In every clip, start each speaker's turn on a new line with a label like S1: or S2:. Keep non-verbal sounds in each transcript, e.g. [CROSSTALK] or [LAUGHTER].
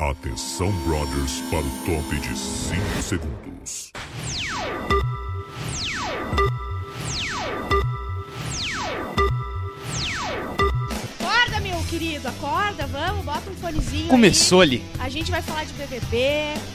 S1: Atenção, brothers, para o top de 5 segundos.
S2: Acorda, meu querido, acorda, vamos, bota um fonezinho.
S3: Começou ali.
S2: aí. A gente vai falar de BBB,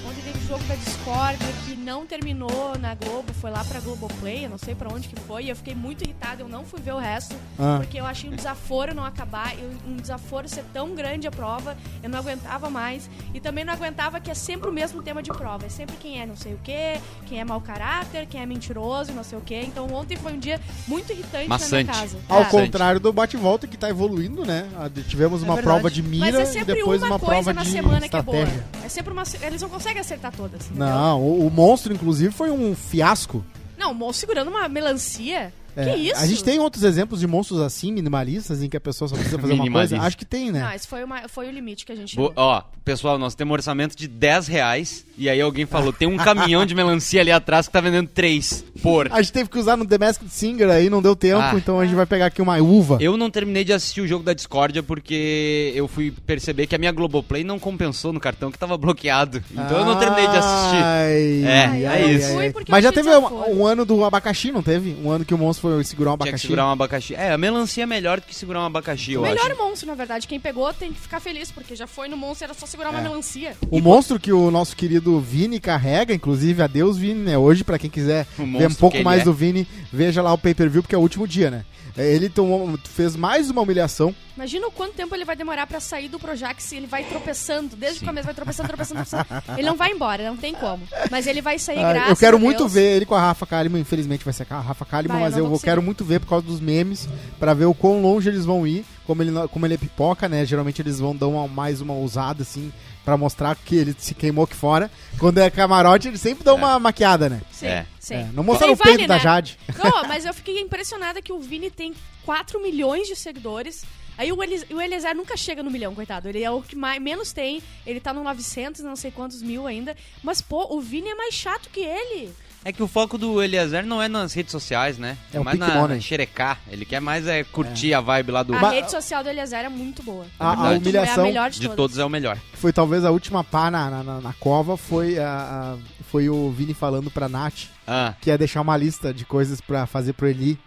S2: onde teve jogo da discórdia que não terminou na Globo, foi lá pra Globoplay, eu não sei pra onde que foi, e eu fiquei muito irritada, eu não fui ver o resto,
S3: Ah.
S2: porque eu achei um desaforo não acabar, eu- um desaforo ser tão grande a prova, eu não aguentava mais, e também não aguentava que é sempre o mesmo tema de prova, é sempre quem é não sei o quê, quem é mau caráter, quem é mentiroso, não sei o quê, então ontem foi um dia muito irritante
S3: Maçante.
S2: na minha casa.
S4: Ao
S2: Cara.
S4: contrário do bate-volta que tá evoluindo, né? Ah, de- Tivemos uma
S5: verdade.
S4: prova de
S2: Mas
S4: mira
S2: é
S4: e
S2: sempre
S4: depois
S2: uma,
S4: uma, prova
S2: coisa na
S4: de
S2: semana
S4: estratégia.
S2: que é boa. É sempre uma. se- Eles não conseguem acertar todas. entendeu?
S4: Não, o, o monstro, inclusive, foi um fiasco.
S2: Não, o monstro segurando uma melancia.
S4: É,
S2: que isso?
S4: A gente tem outros exemplos de monstros assim, minimalistas, em que a pessoa só precisa fazer uma
S3: Minimalista.
S4: coisa? Acho que tem, né?
S2: Não, esse foi, uma- foi o limite que a gente
S3: Bo-
S2: chegou.
S3: ó, pessoal, nós temos um orçamento de 10 reais. E aí alguém falou: tem um caminhão de melancia ali atrás que tá vendendo 3 por.
S4: A gente teve que usar no The Masked Singer aí, não deu tempo,
S3: Ah.
S4: então a gente vai pegar aqui uma uva.
S3: Eu não terminei de assistir o jogo da discórdia porque eu fui perceber que a minha Globoplay não compensou no cartão que tava bloqueado. Então eu não terminei de
S4: Ah,
S3: assistir.
S4: Ai,
S3: É,
S4: ai,
S3: é
S4: ai,
S3: isso.
S4: ai, ai.
S2: Fui porque
S4: Mas
S2: eu
S4: já
S2: achei
S4: teve um,
S2: desaforo.
S4: um ano do abacaxi, não teve? Um ano que o monstro foi segurar um
S3: Tinha que
S4: abacaxi.
S3: segurar um abacaxi. É, a melancia é melhor do que segurar um abacaxi, eu
S2: Melhor
S3: acho.
S2: monstro, na verdade. Quem pegou tem que ficar feliz, porque já foi no monstro, era só segurar
S4: É.
S2: uma melancia.
S4: O monstro que o nosso querido Vini carrega, inclusive, adeus Vini, né? Hoje, pra quem quiser
S3: O
S4: ver um
S3: monstro que
S4: pouco
S3: ele
S4: mais
S3: é.
S4: do Vini, veja lá o pay-per-view, porque é o último dia, né? É, Ele tomou- fez mais uma humilhação.
S2: Imagina o quanto tempo ele vai demorar pra sair do Projax se ele vai tropeçando. Desde o começo vai tropeçando, tropeçando, tropeçando. Ele não vai embora, não tem como. Mas ele vai sair
S4: Ah,
S2: graças
S4: eu quero
S2: a
S4: muito
S2: Deus.
S4: ver ele com a Rafa Kalimann, infelizmente vai ser a Rafa Kalimann,
S2: Vai, eu
S4: mas
S2: não
S4: eu
S2: vou
S4: vou-
S2: conseguir.
S4: quero muito ver por causa dos memes, pra ver o quão longe eles vão ir, como ele, não- como ele é pipoca, né? Geralmente eles vão dar uma- mais uma ousada, assim, pra mostrar que ele se queimou aqui fora. Quando é camarote, eles sempre dão uma maquiada, né?
S2: Sim,
S3: É.
S2: sim.
S4: É, não mostraram o
S2: Sim, vale,
S4: peito da
S2: né?
S4: Jade.
S2: Não, mas eu fiquei impressionada que o Vini tem 4 milhões de seguidores. Aí o, Elis, o Eliezer nunca chega no milhão, coitado. Ele é o que mais, menos tem. Ele tá no 900, não sei quantos mil ainda. Mas, pô, o Vini é mais chato que ele.
S3: É que o foco do Eliezer não é nas redes sociais, né?
S4: É um
S3: mais
S4: pick
S3: na,
S4: money.
S3: na xerecar. Ele quer mais é curtir a vibe lá do.
S2: A
S4: Ba-
S2: rede social do Eliezer é muito boa.
S4: A-
S3: a
S2: Muito boa,
S4: humilhação
S2: é a melhor de,
S3: De
S2: todas.
S3: todos é o melhor.
S4: foi talvez a última pá na, na, na- na cova foi, a, a- foi o Vini falando pra Nath
S3: Ah,
S4: que ia deixar uma lista de coisas pra fazer pro Eli,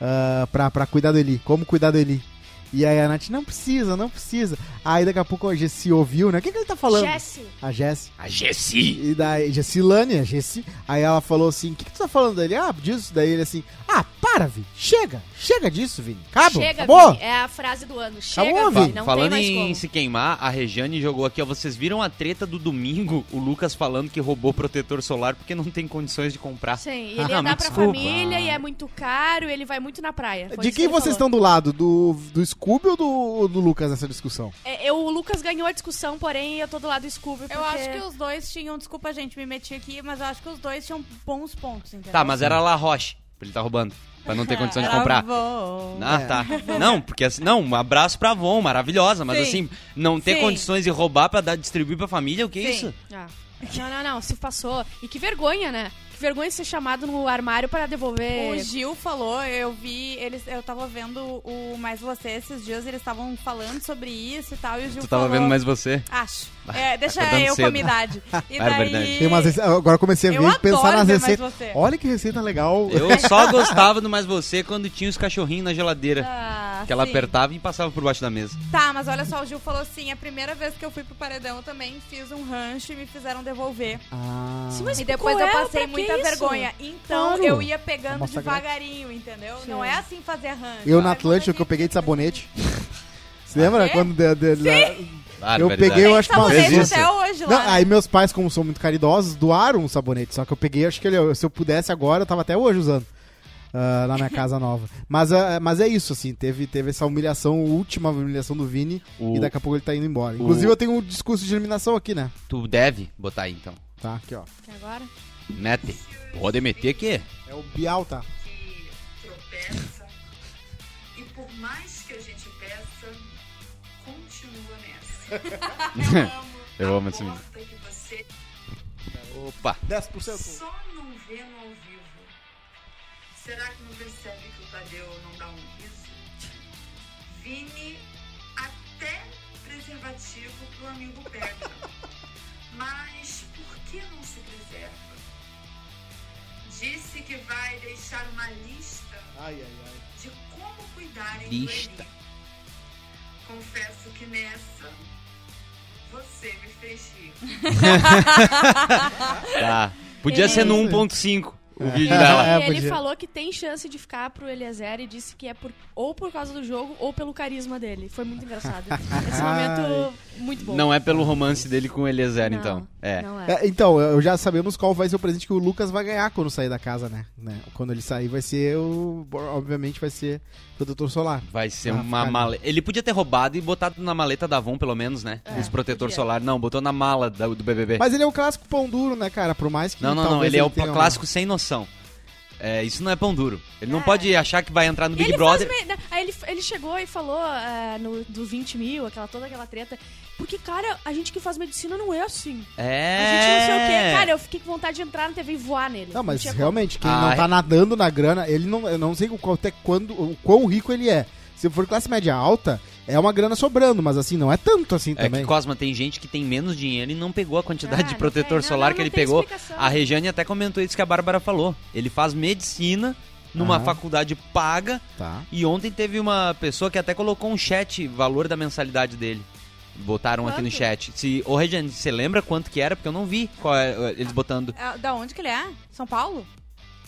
S4: ah, pra, pra cuidar do Eli, como cuidar do Eli. E aí a Nath, não precisa, não precisa. Aí daqui a pouco a Gessi ouviu, né? O que, que ele tá falando?
S2: Jesse,
S4: A Jessi.
S3: a Jessie!
S4: E daí, Gessilane, a Gessi. Aí ela falou assim, o que, que tu tá falando dele? Ah, disso. Daí ele assim, ah, para, Vini, chega, chega disso, Vini. Cabo,
S2: chega,
S4: acabou.
S2: Vini. É a frase do ano. Chega,
S4: Acabou,
S2: Vini.
S4: Vini.
S2: Não tem
S3: falando
S2: mais
S3: em
S2: como.
S3: se queimar, a Rejane jogou aqui, ó. Vocês viram a treta do domingo? O Lucas falando que roubou protetor solar porque não tem condições de comprar.
S2: Sim,
S4: [LAUGHS]
S2: e
S3: Ah,
S2: ele ia
S3: me
S2: dar pra
S3: desculpa.
S2: família e é muito caro. Ele vai muito na praia. É, Foi
S4: De
S2: isso
S4: quem
S2: que ele
S4: vocês
S2: falou.
S4: estão do lado? Do, do Scooby ou do, do Lucas nessa discussão?
S2: É, eu, o Lucas ganhou a discussão, porém eu tô do lado do Scooby.
S5: Eu acho que os dois tinham, desculpa gente, me meti aqui, mas eu acho que os dois tinham bons pontos, entendeu?
S3: Tá, mas era La Roche. Ele tá roubando. Pra não ter condição de
S5: Era
S3: comprar.
S5: bom.
S3: Ah, tá. Não, porque assim, não, um abraço pra Avon, maravilhosa, mas
S5: Sim.
S3: assim, não ter
S5: Sim.
S3: condições de roubar pra dar distribuir pra família, o que é
S5: Sim.
S3: isso?
S2: Ah. Não, não, não, se passou. E que vergonha, né? Que vergonha de ser chamado no armário para devolver.
S5: O Gil falou, eu vi, eles, eu tava vendo o Mais Você esses dias, eles estavam falando sobre isso e tal, e o Gil
S3: Tu tava
S5: falou...
S3: vendo mais você.
S5: Acho. É, deixa
S3: Acordando
S5: eu com
S3: cedo.
S5: a
S3: [LAUGHS]
S5: minha idade. E
S3: Barbaridade.
S5: daí...
S4: Tem umas rece- Agora eu comecei a ver
S5: Eu
S4: e pensar
S5: adoro
S4: nas
S5: ver mais
S4: receitas.
S5: você.
S4: Olha que receita legal.
S3: Eu só gostava do mais você quando tinha os cachorrinhos na geladeira.
S5: Ah,
S3: Que ela
S5: sim.
S3: apertava e passava por baixo da mesa.
S5: Tá, mas olha só, o Gil falou assim, a primeira vez que eu fui pro paredão eu também fiz um rancho e me fizeram devolver.
S4: Ah,
S2: Sim, mas
S5: E depois
S2: qual
S5: eu
S2: é? Pra que
S5: passei muita
S2: isso?
S5: vergonha. Então
S4: Claro.
S5: eu ia
S4: É
S5: pegando
S4: uma sagrada.
S5: devagarinho, entendeu?
S2: Sim.
S5: Não é assim fazer rancho.
S4: eu na
S5: É
S4: Atlântica
S5: fazer
S4: que eu peguei de
S5: assim. [LAUGHS]
S4: sabonete. Você lembra
S5: quê?
S4: quando de, de- eu
S3: Barbaridade.
S4: peguei, eu acho que uma
S5: Sabonete
S3: Fez
S4: vez.
S3: isso.
S5: tá até hoje
S4: Não,
S5: lá. né?
S4: aí meus pais, como são muito caridosos, doaram um sabonete. Só que eu peguei, acho que ele, se eu pudesse agora, eu tava até hoje usando. ah, na
S5: [LAUGHS]
S4: minha casa nova. Mas, ah, mas é isso, assim. Teve, teve essa humilhação, última humilhação do Vini.
S3: O-
S4: E daqui a pouco ele tá indo embora. Inclusive, eu tenho um discurso de eliminação aqui, né?
S3: Tu deve botar aí, então.
S4: Tá, aqui, ó.
S2: Que Agora?
S3: Mete. Pode meter que
S4: É o Bial, tá?
S6: gente tropeça e por mais que a gente peça, continua
S3: [LAUGHS]
S6: nessa.
S3: Eu amo
S6: a
S3: esse menino.
S6: porta que você
S3: Opa.
S4: 10%.
S6: só não vê no ao vivo. Será que não percebe que o Tadeu não dá um riso?
S4: [LAUGHS]
S6: Vini até preservativo pro amigo pega. Mas por que não se preserva? Disse que vai deixar uma lista
S4: Ai, ai, ai.
S6: de como cuidarem do
S3: Lista.
S6: Eli. Confesso que nessa você me fez rir.
S2: [LAUGHS]
S3: Tá. Podia
S2: É.
S3: ser no 1.5 o vídeo
S2: [LAUGHS]
S4: É.
S3: dela.
S2: ele
S4: podia.
S2: falou que tem chance de ficar pro Eliezer e disse que é por, ou por causa do jogo ou pelo carisma dele. Foi muito
S3: [LAUGHS]
S2: engraçado. Esse momento, muito bom.
S3: Não é pelo romance dele com o Eliezer,
S2: Não,
S3: então. É.
S2: Não é.
S4: É, então, eu já sabemos qual vai ser o presente que o Lucas vai ganhar quando sair da casa, né? Né? Quando ele sair, vai ser o. Obviamente, vai ser o Doutor Solar.
S3: Vai ser
S4: Ah,
S3: uma
S4: cara.
S3: maleta. Ele podia ter roubado e botado na maleta da Avon, pelo menos, né?
S2: É,
S3: Os protetor
S2: podia.
S3: solar. Não, botou na mala da- do BBB.
S4: Mas ele é um clássico pão duro, né, cara? Por mais que.
S3: não, não, não.
S4: talvez
S3: Ele é o
S4: tenha um uma-
S3: clássico sem noção. É, isso não é pão duro. Ele não
S2: É.
S3: pode achar que vai entrar no
S2: E
S3: Big
S2: ele
S3: Brother.
S2: faz me- né, Aí ele, ele chegou e falou ah, no, do 20 mil, aquela, toda aquela treta. Porque, cara, a gente que faz medicina não é assim.
S3: É.
S2: A gente não sei o quê. Cara, eu fiquei com vontade de entrar na TV e voar nele.
S4: Não, mas
S2: tinha
S5: Tipo,
S2: como.
S4: realmente, quem
S3: Ah,
S4: não
S3: é-
S4: tá nadando na grana, ele não. Eu não sei o qual- até quando, o quão rico ele é. Se for classe média alta, é uma grana sobrando, mas assim, não é tanto assim
S3: É
S4: também.
S3: que, Cosma, tem gente que tem menos dinheiro e não pegou a quantidade
S2: Ah,
S3: de
S2: não
S3: protetor
S2: tem, não,
S3: solar
S2: não,
S3: que
S2: não
S3: ele
S2: tem
S3: pegou.
S2: explicação.
S3: A Regiane até comentou isso que a Bárbara falou. Ele faz medicina numa
S4: Aham.
S3: faculdade paga
S4: Tá.
S3: e ontem teve uma pessoa que até colocou um chat, valor da mensalidade dele. Botaram aqui no
S2: Quanto?
S3: chat. Se, ô, Regiane, você lembra quanto que era? Porque eu não vi qual é, eles botando.
S5: É, Da onde que ele é? São Paulo?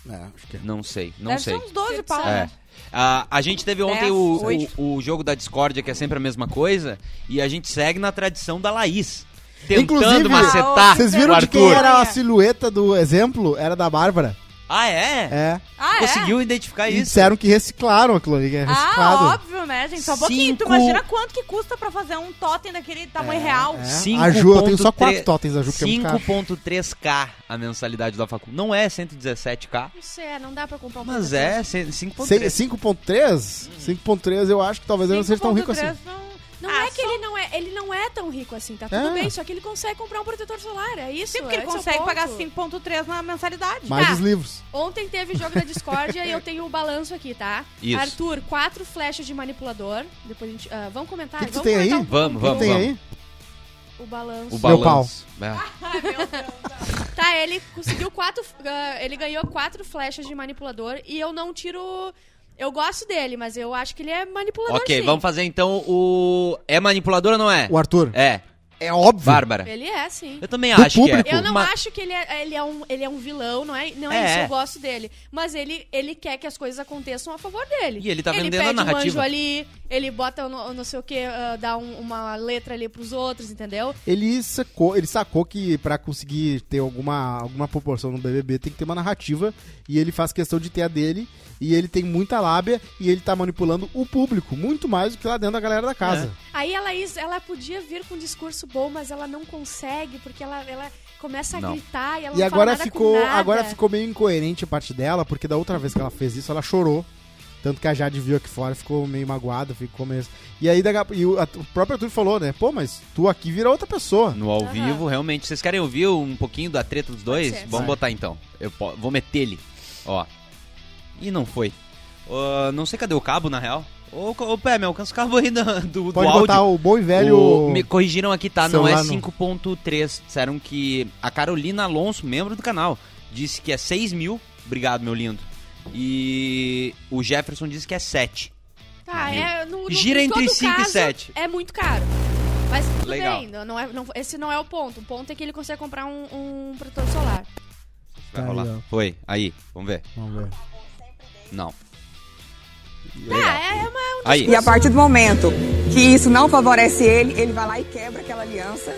S4: É, acho que é.
S3: Não sei, não
S5: Deve
S3: sei.
S5: ser uns 12 pau,
S2: Deve ser.
S5: né?
S3: Ah, a gente
S2: É
S3: teve ontem
S5: Dez,
S3: o,
S5: oito.
S3: o, o jogo da discórdia, que é sempre a mesma coisa, e a gente segue na tradição da Laís. Tentando
S4: Inclusive,
S3: macetar
S4: Vocês
S3: o
S4: viram de
S3: Ah, Arthur.
S4: quem era a silhueta do exemplo? Era da Bárbara.
S3: Ah, é?
S4: É.
S5: Ah, é?
S3: Conseguiu identificar
S4: e
S3: isso?
S4: disseram que reciclaram aquilo ali, que é reciclado.
S5: Ah, óbvio, né, gente? Só um pouquinho. Tu
S3: Cinco-
S5: imagina quanto que custa pra fazer um totem daquele tamanho real?
S4: É.
S3: Cinco
S4: A Ju, eu tenho só
S3: ponto tre-
S4: quatro totens da Ju, porque é muito caro.
S3: 5.3k a mensalidade da facu. Não é 117k,
S2: Isso é, não dá pra comprar um
S3: mas
S2: protetor.
S3: é cem-
S4: Cem-
S3: 5.3.
S4: 5.3? 5.3 eu acho que talvez eu não seja tão rico assim.
S5: 5.3 não-
S2: Não
S5: Ah,
S2: é que ele não é, ele não é tão rico assim, tá
S4: É.
S2: tudo bem, só que ele consegue comprar um protetor solar, é isso.
S5: Sim, porque ele
S2: esse é o
S5: consegue
S2: ponto.
S5: pagar 5.3 na mensalidade.
S4: Mais
S2: Tá.
S4: os livros.
S2: Ontem teve jogo da discórdia e eu tenho o balanço aqui, tá?
S3: Isso.
S2: Arthur, quatro flechas de manipulador. Depois a gente. ah, vamos comentar?
S4: Que que tu
S2: vamos
S4: tem aí?
S2: comentar um-
S3: Vamos,
S4: O que
S3: vamos,
S4: tem
S3: vamos.
S4: aí?
S2: o balanço.
S3: O
S4: Meu
S3: balanço. É.
S2: Tá, ele conseguiu quatro. ah, ele ganhou quatro flechas de manipulador e eu não tiro. Eu gosto dele, mas eu acho que ele é manipulador.
S3: Ok,
S2: sim.
S3: vamos fazer então o... É manipulador ou não é?
S4: O Arthur.
S3: É,
S4: É óbvio.
S3: Bárbara.
S2: Ele é, sim.
S3: Eu também
S4: Do
S3: acho
S4: público.
S3: que é.
S2: Eu não
S3: Ma-
S2: acho que ele é, ele é um, ele é um vilão, não é, não é,
S3: É,
S2: isso,
S3: é.
S2: eu gosto dele. Mas ele, ele quer que as coisas aconteçam a favor dele.
S3: E ele tá
S2: ele
S3: vendendo a
S2: pede um anjo
S3: narrativa.
S2: ali, ele bota no, não sei o que, dá um- uma letra ali pros outros, entendeu?
S4: Ele sacou, ele sacou que pra conseguir ter alguma, alguma proporção no BBB tem que ter uma narrativa e ele faz questão de ter a dele e ele tem muita lábia e ele tá manipulando o público muito mais do que lá dentro da galera da
S3: É.
S4: casa.
S2: Aí a Laís, ela podia vir com um discurso bom, mas ela não consegue, porque ela, ela começa a
S3: Não.
S2: gritar e ela
S4: E
S2: não
S4: agora
S2: fala nada
S4: ficou,
S2: com nada.
S4: agora ficou meio incoerente a parte dela, porque da outra vez que ela fez isso, ela chorou. Tanto que a Jade viu aqui fora, ficou meio magoada, ficou meio. E aí daqui a- e o, a- o próprio Arthur falou, né? Pô, mas tu aqui vira outra pessoa.
S3: No ao
S2: Aham.
S3: vivo, realmente. Vocês querem ouvir um pouquinho da treta dos dois?
S2: ser.
S3: Vamos
S4: Vai.
S3: botar então. Eu po- vou meter ele. Ó. E não foi. Ah, não sei cadê o cabo, na real. Ô, co- ô Pé, me alcança o cabo aí da- do, do
S4: Pode
S3: áudio.
S4: botar o bom e velho.
S3: O- Me corrigiram aqui, tá? Não é
S4: celular no-
S3: 5.3. Disseram que a Carolina Alonso, membro do canal, disse que é 6 mil. Obrigado, meu lindo. E o Jefferson disse que é 7.
S2: Tá, é, no, no,
S3: Gira
S2: em
S3: entre
S2: todo
S3: cinco e
S2: caso,
S3: sete.
S2: É muito caro. Mas tudo
S3: Legal.
S2: bem, não é, não, esse não é o ponto. O ponto é que ele consegue comprar um, um protetor solar.
S3: Vai
S4: Tá
S3: rolar.
S4: legal.
S3: Foi, aí, vamos ver.
S4: Vamos ver.
S3: Não.
S2: Tá, é, é uma
S3: Aí.
S7: E a partir do momento que isso não favorece ele, ele vai lá e quebra aquela aliança.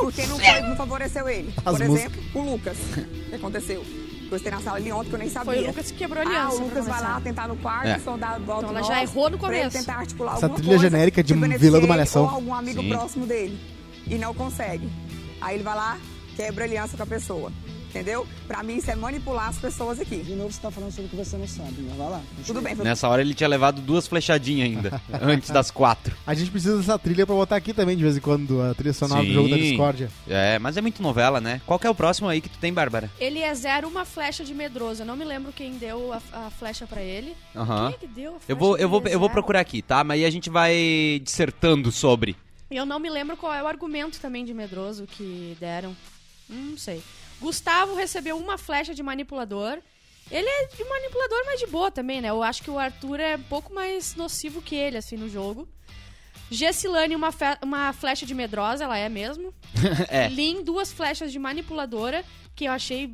S7: Porque não, foi- não favoreceu ele.
S4: As
S7: Por
S4: músicas.
S7: exemplo, o Lucas. O que aconteceu? Gostei na sala ali ontem que eu nem sabia.
S2: Foi o Lucas que quebrou a
S7: Ah,
S2: aliança.
S7: o Lucas
S2: pra
S7: vai lá
S2: começar.
S7: tentar no quarto,
S3: É.
S7: o soldado volta
S2: Então ela
S7: nós,
S2: já errou no
S7: pra ele
S2: começo.
S7: tentar articular
S4: Essa
S7: alguma
S4: trilha
S7: coisa
S4: genérica de
S7: que beneficie
S4: vilã do
S7: ele
S4: Malhação.
S7: Ou algum amigo
S3: Sim.
S7: próximo dele. E não consegue. Aí ele vai lá, quebra a aliança com a pessoa. Entendeu? Pra mim isso é manipular as pessoas aqui.
S8: De novo, você tá falando sobre o que você não sabe, mas vai lá.
S7: Tudo bem, foi
S4: Né,
S3: Nessa hora ele tinha levado duas flechadinhas [LAUGHS] ainda, antes das quatro.
S4: A gente precisa dessa trilha pra botar aqui também, de vez em quando, a trilha sonora do jogo da
S3: Sim.
S4: discórdia.
S3: É, mas é muito novela, né? Qual que é o próximo aí que tu tem, Bárbara?
S2: Ele é zero uma flecha de medroso. Eu não me lembro quem deu a, a flecha pra ele.
S3: Aham.
S2: Quem é que deu a flecha
S3: Eu vou,
S2: pra
S3: eu, vou,
S2: ele,
S3: eu vou
S2: Zero?
S3: procurar aqui, tá? Mas aí a gente vai dissertando sobre.
S2: Eu não me lembro qual é o argumento também de medroso que deram. Hum, Não sei. Gustavo recebeu uma flecha de manipulador. Ele é de manipulador, mas de boa também, né? Eu acho que o Arthur é um pouco mais nocivo que ele, assim, no jogo. Gessilane, uma, fe- uma flecha de medrosa, ela é mesmo.
S3: [LAUGHS] É.
S2: Lin, duas flechas de manipuladora, que eu achei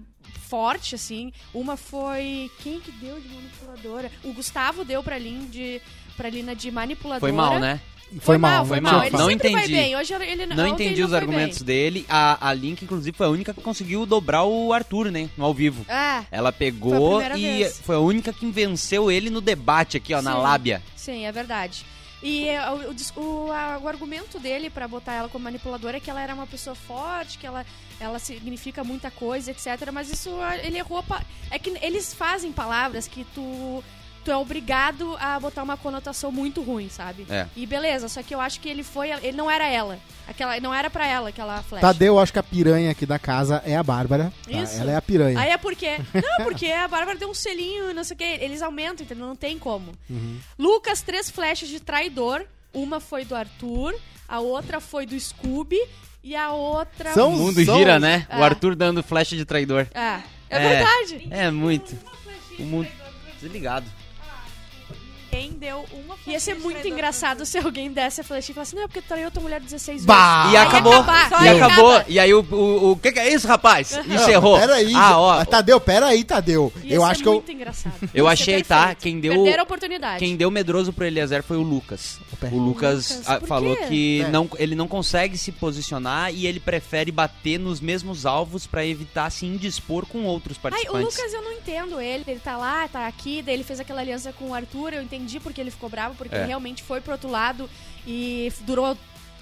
S2: forte, assim. Uma foi. Quem que deu de manipuladora? O Gustavo deu pra Lin de. Pra Lina de manipuladora.
S3: Foi mal, né?
S4: Foi, mal,
S2: foi
S4: não
S2: mal.
S4: tinha o que
S2: Ele
S4: falar.
S3: Não
S2: sempre vai
S3: entendi.
S2: bem. Hoje ele
S3: Não,
S2: ontem
S3: entendi
S2: ele
S3: os
S2: foi
S3: argumentos
S2: bem.
S3: dele. A, a Link, inclusive, foi a única que conseguiu dobrar o Arthur, né? No ao vivo.
S2: É,
S3: Ela pegou
S2: Foi a primeira
S3: e
S2: vez.
S3: foi a única que venceu ele no debate aqui, ó, na
S2: Sim.
S3: lábia.
S2: sim, é verdade. E é, o, o dis- o- a- o argumento dele pra botar ela como manipuladora é que ela era uma pessoa forte, que ela, ela significa muita coisa, etc. Mas isso ah, ele errou. pa- É que eles fazem palavras que tu, tu é obrigado a botar uma conotação muito ruim, sabe?
S3: É.
S2: E beleza, só que eu acho que ele foi. Ele não era ela. Aquela, não era pra ela aquela flecha.
S4: Tadeu, acho que a piranha aqui da casa é a Bárbara. tá?
S2: Isso.
S4: Ela é a piranha.
S2: Aí é porque. Não, é porque a Bárbara deu um selinho e não sei o que. Eles aumentam, entendeu? Não tem como.
S4: Uhum.
S2: Lucas, três flechas de traidor. Uma foi do Arthur, a outra foi do Scooby e a outra.
S4: São-
S3: O mundo
S4: são-
S3: gira, né?
S2: É.
S3: O Arthur dando flecha de traidor.
S2: É, é
S3: É.
S2: verdade.
S3: É muito. O mundo desligado.
S5: Quem deu uma
S2: Ia ser muito engraçado se alguém desse a flechinha e falasse: Não, é porque tu traiu tua mulher 16
S4: Bah!
S3: e
S2: vezes. Aí ia
S3: acabou.
S2: acabar, só
S3: E
S2: ia
S3: acabou.
S2: acabar.
S3: E aí o, o, o que, que é isso, rapaz? Encerrou.
S4: Peraí. tá
S3: Ah, ó.
S4: Tadeu, peraí, Tadeu.
S2: Ia
S4: eu
S2: ser
S4: acho que eu.
S2: muito engraçado.
S3: Eu
S2: Ia ser
S3: achei, tá?
S2: perfeito.
S3: Quem deu.
S2: Perderam a oportunidade.
S3: Quem deu medroso pro Eliezer foi o Lucas.
S4: Opa.
S3: O Lucas,
S2: Lucas,
S3: ah,
S2: por
S3: falou
S2: quê?
S3: que
S4: É.
S3: não, ele não consegue se posicionar e ele prefere bater nos mesmos alvos pra evitar se indispor com outros
S2: Ai, o
S3: participantes.
S2: Lucas eu não entendo ele. Ele tá lá, tá aqui, daí ele fez aquela aliança com o Arthur, eu entendi porque ele ficou bravo, porque
S3: É.
S2: ele realmente foi pro outro lado e f- durou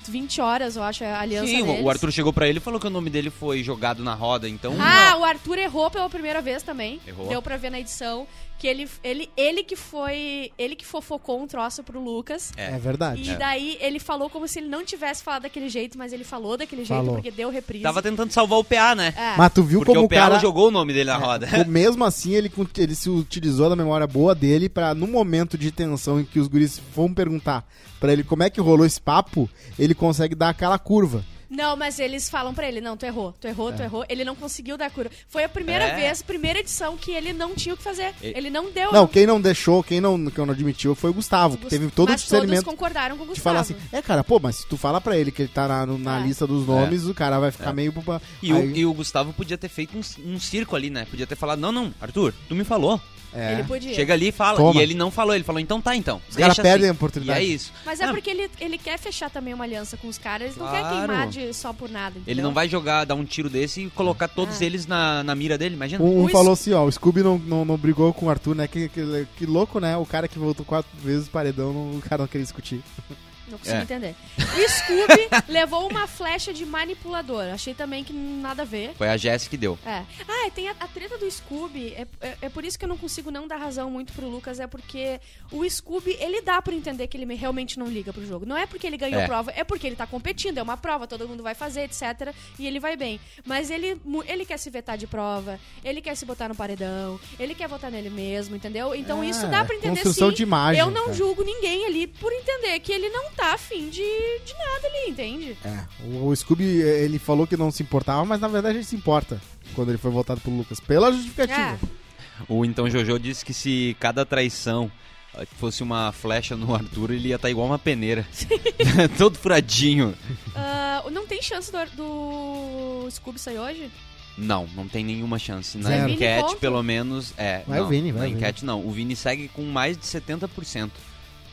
S2: 20 horas, eu acho, a aliança
S3: Sim, o-
S2: é deles.
S3: o Arthur chegou pra ele e falou que o nome dele foi jogado na roda, então.
S2: Ah, o Arthur errou pela primeira vez também.
S3: Errou.
S2: Deu pra ver na edição que ele, ele, ele que foi. Ele que fofocou um troço pro Lucas.
S3: É.
S4: É verdade.
S2: E daí ele falou como se ele não tivesse falado daquele jeito, mas ele falou daquele jeito
S4: Falou.
S2: porque deu reprise.
S3: Tava tentando salvar o PA, né?
S2: É.
S4: Mas tu viu
S3: Porque
S4: como
S3: o
S4: o
S3: PA
S4: cara. É,
S3: jogou né? o nome dele na roda.
S4: O- [LAUGHS] Mesmo assim, ele, con- ele se utilizou da memória boa dele pra, no momento de tensão em que os guris vão perguntar pra ele como é que rolou esse papo, ele consegue dar aquela curva.
S2: Não, mas eles falam pra ele, não, tu errou, tu errou, tu errou. Ele não conseguiu dar cura. Foi a primeira
S3: É.
S2: vez, primeira edição que ele não tinha o que fazer.
S3: E-
S2: Ele não deu.
S4: Não, quem não deixou, quem não, quem não admitiu foi o Gustavo, que teve todo o
S2: mas todos
S4: discernimento
S2: concordaram com o
S4: de
S2: Gustavo.
S4: falar assim: é, cara, pô, mas se tu fala pra ele que ele tá na, no- na
S2: É.
S4: lista dos nomes, o cara vai ficar meio. boba-
S3: [LAUGHS] É. E, o,
S4: Aí-
S3: e o Gustavo podia ter feito um, um circo ali, né? Podia ter falado: não, não, Arthur, tu me falou.
S4: é.
S2: Ele podia.
S3: Chega ali e fala.
S4: Toma.
S3: E ele não falou, ele falou: então tá, então.
S4: Os caras
S3: Deixa
S4: perdem a
S3: E é
S4: oportunidade.
S3: isso.
S2: Mas é
S3: Não,
S2: porque ele, ele quer fechar também uma aliança com os caras. Ele não quer
S3: Claro.
S2: queimar de, só por nada.
S3: Ele não vai jogar, dar um tiro desse e colocar todos eles na, na mira dele, imagina.
S4: Um, um
S2: O
S4: falou assim, ó, o Scooby não, não, não brigou com o Arthur, né? Que, que, que louco, né? O cara que voltou quatro vezes paredão, não- o cara não queria discutir.
S2: Não consigo
S3: É.
S2: entender. O Scooby
S3: [LAUGHS]
S2: levou uma flecha de manipulador. Achei também que nada a ver.
S3: Foi a Jéssica que deu.
S2: É. Ah, e tem a, a treta do Scooby. É, é, é por isso que eu não consigo não dar razão muito pro Lucas. É porque o Scooby, ele dá pra entender que ele me- realmente não liga pro jogo. Não é porque ele ganhou
S3: É.
S2: prova, é porque ele tá competindo. É uma prova, todo mundo vai fazer, etc. E ele vai bem. Mas ele, mu- ele quer se vetar de prova, ele quer se botar no paredão, ele quer votar nele mesmo, entendeu? Então
S4: É,
S2: isso dá pra entender
S4: construção
S2: sim.
S4: de imagem,
S2: eu não
S4: cara.
S2: julgo ninguém ali por entender que ele não tá afim de, de nada ali, entende?
S4: É, o, o Scooby, eh, ele falou que não se importava, mas na verdade ele se importa quando ele foi votado pelo Lucas, pela justificativa.
S2: É,
S3: O então Jojo disse que se cada traição eh, fosse uma flecha no [LAUGHS] Arthur, ele ia estar igual uma peneira. Todo furadinho.
S2: Ah, não tem chance do, do Scooby sair hoje?
S3: Não, não tem nenhuma chance. Na
S4: Zero.
S2: Vini
S3: enquete,
S2: contra?
S3: pelo menos. É,
S4: Vai
S3: não,
S4: o Vini,
S3: Na
S4: vai o
S3: enquete, não. O Vini segue com mais de 70%.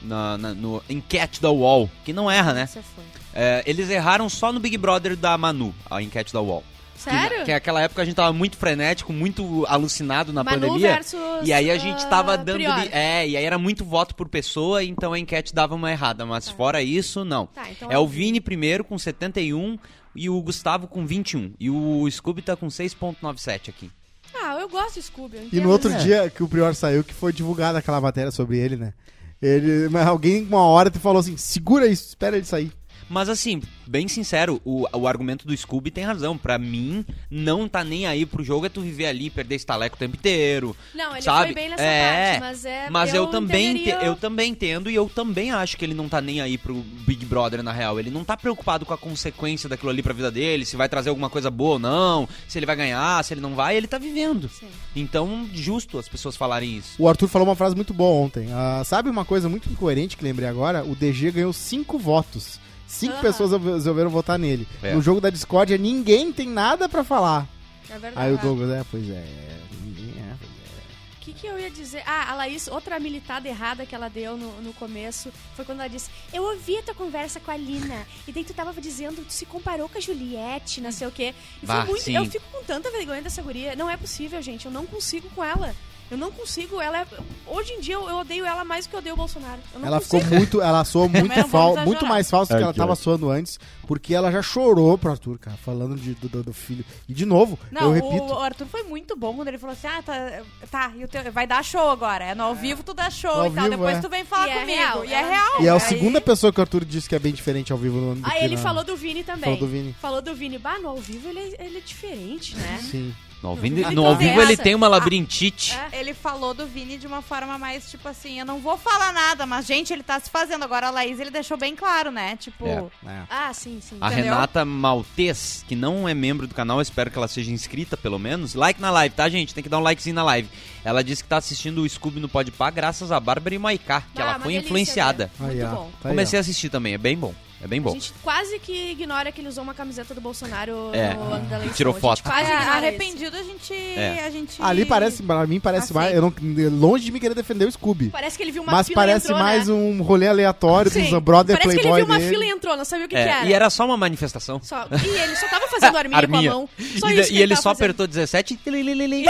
S3: Na, na no enquete da UOL, que não erra, né?
S2: Você foi.
S3: É, eles erraram só no Big Brother da Manu, a enquete da UOL. Que-
S2: Sério?
S3: Que, aquela época a gente tava muito frenético, muito alucinado na
S2: Manu
S3: pandemia.
S2: versus,
S3: E aí a gente
S2: ah,
S3: tava dando.
S2: Prior.
S3: li- É, e aí era muito voto por pessoa, então a enquete dava uma errada. Mas fora isso, não.
S2: Tá, É. então
S3: É o Vini primeiro com 71 e o Gustavo com 21. E o Scooby tá com 6,97 aqui.
S2: Ah, eu gosto de Scooby. eu
S4: E
S2: entendo.
S4: no outro
S3: É.
S4: dia que o Prior saiu, que foi divulgada aquela matéria sobre ele, né? Ele, mas alguém, uma hora, te falou assim, segura isso, espera ele sair.
S3: Mas assim, bem sincero, o, o argumento do Scooby tem razão. Pra mim, não tá nem aí pro jogo é tu viver ali, e perder estaleco o tempo inteiro.
S2: Não, ele
S3: sabe?
S2: foi bem nessa
S3: É,
S2: parte, mas é.
S3: Mas eu, também
S2: entenderia-
S3: ente- eu também entendo e eu também acho que ele não tá nem aí pro Big Brother, na real. Ele não tá preocupado com a consequência daquilo ali pra vida dele, se vai trazer alguma coisa boa ou não, se ele vai ganhar, se ele não vai, ele tá vivendo.
S2: Sim.
S3: Então, justo as pessoas falarem isso.
S4: O Arthur falou uma frase muito boa ontem. Ah, sabe uma coisa muito incoerente que lembrei agora? O DG ganhou cinco votos. Cinco
S2: Aham.
S4: pessoas resolveram votar nele.
S3: É.
S4: No jogo da Discord, ninguém tem nada pra falar.
S2: É verdade.
S4: Aí o Douglas, é, pois é. Ninguém é. pois é.
S2: O que, que eu ia dizer? Ah, a Laís, outra militada errada que ela deu no, no começo foi quando ela disse: Eu ouvi a tua conversa com a Lina, e daí tu tava dizendo, tu se comparou com a Juliette, não sei o quê. E
S3: Bah,
S2: foi muito.
S3: sim.
S2: Eu fico com tanta vergonha dessa guria. Não é possível, gente. Eu não consigo com ela. Eu não consigo. Ela é- Hoje em dia eu, eu odeio ela mais do que eu odeio o Bolsonaro. Eu não
S4: Ela
S2: consigo.
S4: ficou muito. Ela soou muito
S5: não vamos
S4: falso.
S5: exagerar.
S4: Muito mais falso do que
S9: É
S4: ela
S9: que
S4: tava
S9: é.
S4: soando antes. Porque ela já chorou pro Arthur, cara, falando de- do, do- do filho. E de novo, eu
S5: Não,
S4: repito.
S5: o, o Arthur foi muito bom quando ele falou assim: ah, tá, tá e o teu- vai dar show agora. É no ao vivo tu dá show
S4: No
S5: e
S4: ao
S5: tal.
S4: vivo,
S5: depois
S4: é.
S5: tu vem falar
S2: E é
S5: comigo.
S2: real,
S5: e é
S2: ela-
S5: real.
S4: E é a
S5: Aí-
S4: segunda pessoa que o Arthur disse que é bem diferente ao vivo no ano do
S2: Aí
S4: que
S2: Ah, ele
S4: na-
S2: falou do Vini também.
S4: Falou do Vini.
S2: Falou do Vini. Bah, no ao vivo ele, ele é diferente, né?
S4: Sim.
S3: No ao vivo,
S5: Ele
S3: no ao
S5: tá
S3: vivo ele
S5: nessa.
S3: tem uma labirintite.
S2: Ah, É.
S5: Ele falou do Vini de uma forma mais tipo assim: eu não vou falar nada, mas gente, ele tá se fazendo. Agora a Laís ele deixou bem claro, né? Tipo,
S3: É.
S4: É.
S2: Ah, sim, sim.
S3: A
S5: Entendeu?
S3: Renata Maltês, que não é membro do canal, espero que ela seja inscrita pelo menos. Like na live, tá, gente? Tem que dar um likezinho na live. Ela disse que tá assistindo o Scooby no Podpah graças a Bárbara e Maiká,
S2: Ah,
S3: que ela
S2: uma
S3: foi
S2: delícia,
S3: influenciada.
S2: né? Muito
S4: Aí, ó.
S2: bom.
S4: Tá aí, ó.
S3: Comecei a assistir também, é bem bom. É bem
S2: A
S3: bom.
S2: gente quase que ignora que ele usou uma camiseta do Bolsonaro
S3: É,
S2: no ano da
S3: e
S2: eleição.
S3: tirou
S2: A gente
S3: foto.
S5: Mas
S2: Quase
S5: é,
S4: Ah,
S2: ignora isso.
S5: arrependido a gente,
S3: É.
S5: a gente.
S4: Ali parece, pra mim parece
S5: Aceito.
S4: mais. Eu não, longe de me querer defender o Scooby.
S2: Parece que ele viu Ah, uma
S4: Mas
S2: fila
S4: parece
S2: e entrou,
S4: mais
S2: né?
S4: um rolê aleatório
S2: Sim.
S4: dos brother
S2: Parece que ele
S4: playboy
S2: viu uma
S4: dele.
S2: fila e entrou, não sabia o que,
S3: É,
S2: que era.
S3: E era só uma manifestação.
S2: Só- E ele só tava
S3: [LAUGHS]
S2: fazendo arminha,
S3: Arminha.
S2: com a mão. Só
S3: E, da-
S2: isso que
S3: e ele
S2: tava
S3: só
S2: fazendo.
S3: apertou 17 e tilililili.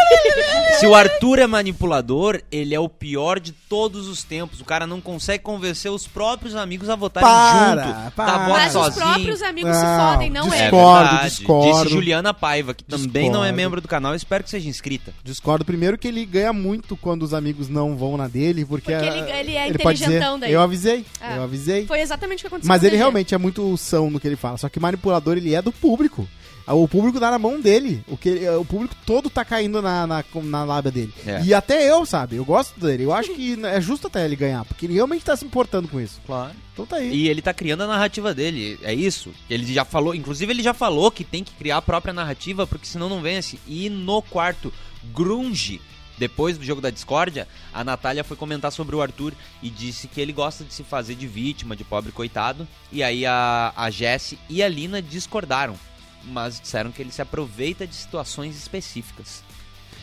S3: Se o Arthur é manipulador, ele é o pior de todos os tempos. O cara não consegue convencer os próprios amigos a votarem
S4: Para,
S3: junto.
S4: para.
S3: Tá voto
S2: Mas os
S3: sozinho.
S2: próprios amigos se
S4: Não,
S2: fodem, não
S4: É
S2: ele.
S4: discordo,
S3: verdade.
S4: discordo.
S3: Disse Juliana Paiva, que também não é
S4: Discordo.
S3: membro do canal, espero que seja inscrita.
S4: Discordo primeiro que ele ganha muito quando os amigos não vão na dele, porque,
S2: Porque ele- ele é
S4: pode dizer,
S2: inteligentão daí.
S4: Eu avisei,
S2: É.
S4: eu avisei.
S2: Foi exatamente o que aconteceu.
S4: Mas
S2: com
S4: ele
S2: o DG.
S4: realmente é muito são no que ele fala. Só que manipulador ele é do público. O público dá na mão dele. O, que, o público todo tá caindo na, na, na lábia dele.
S3: É.
S4: E até eu, sabe? Eu gosto dele. Eu acho que é justo até ele ganhar, porque ele realmente tá se importando com isso.
S3: Claro.
S4: Então tá aí.
S3: E ele tá criando a narrativa dele, é isso? Ele já falou, inclusive ele já falou que tem que criar a própria narrativa, porque senão não vence. E no quarto, Grunge, depois do jogo da discórdia, a Natália foi comentar sobre o Arthur e disse que ele gosta de se fazer de vítima, de pobre coitado. E aí a, a Jessie e a Lina discordaram. Mas disseram que ele se aproveita de situações específicas.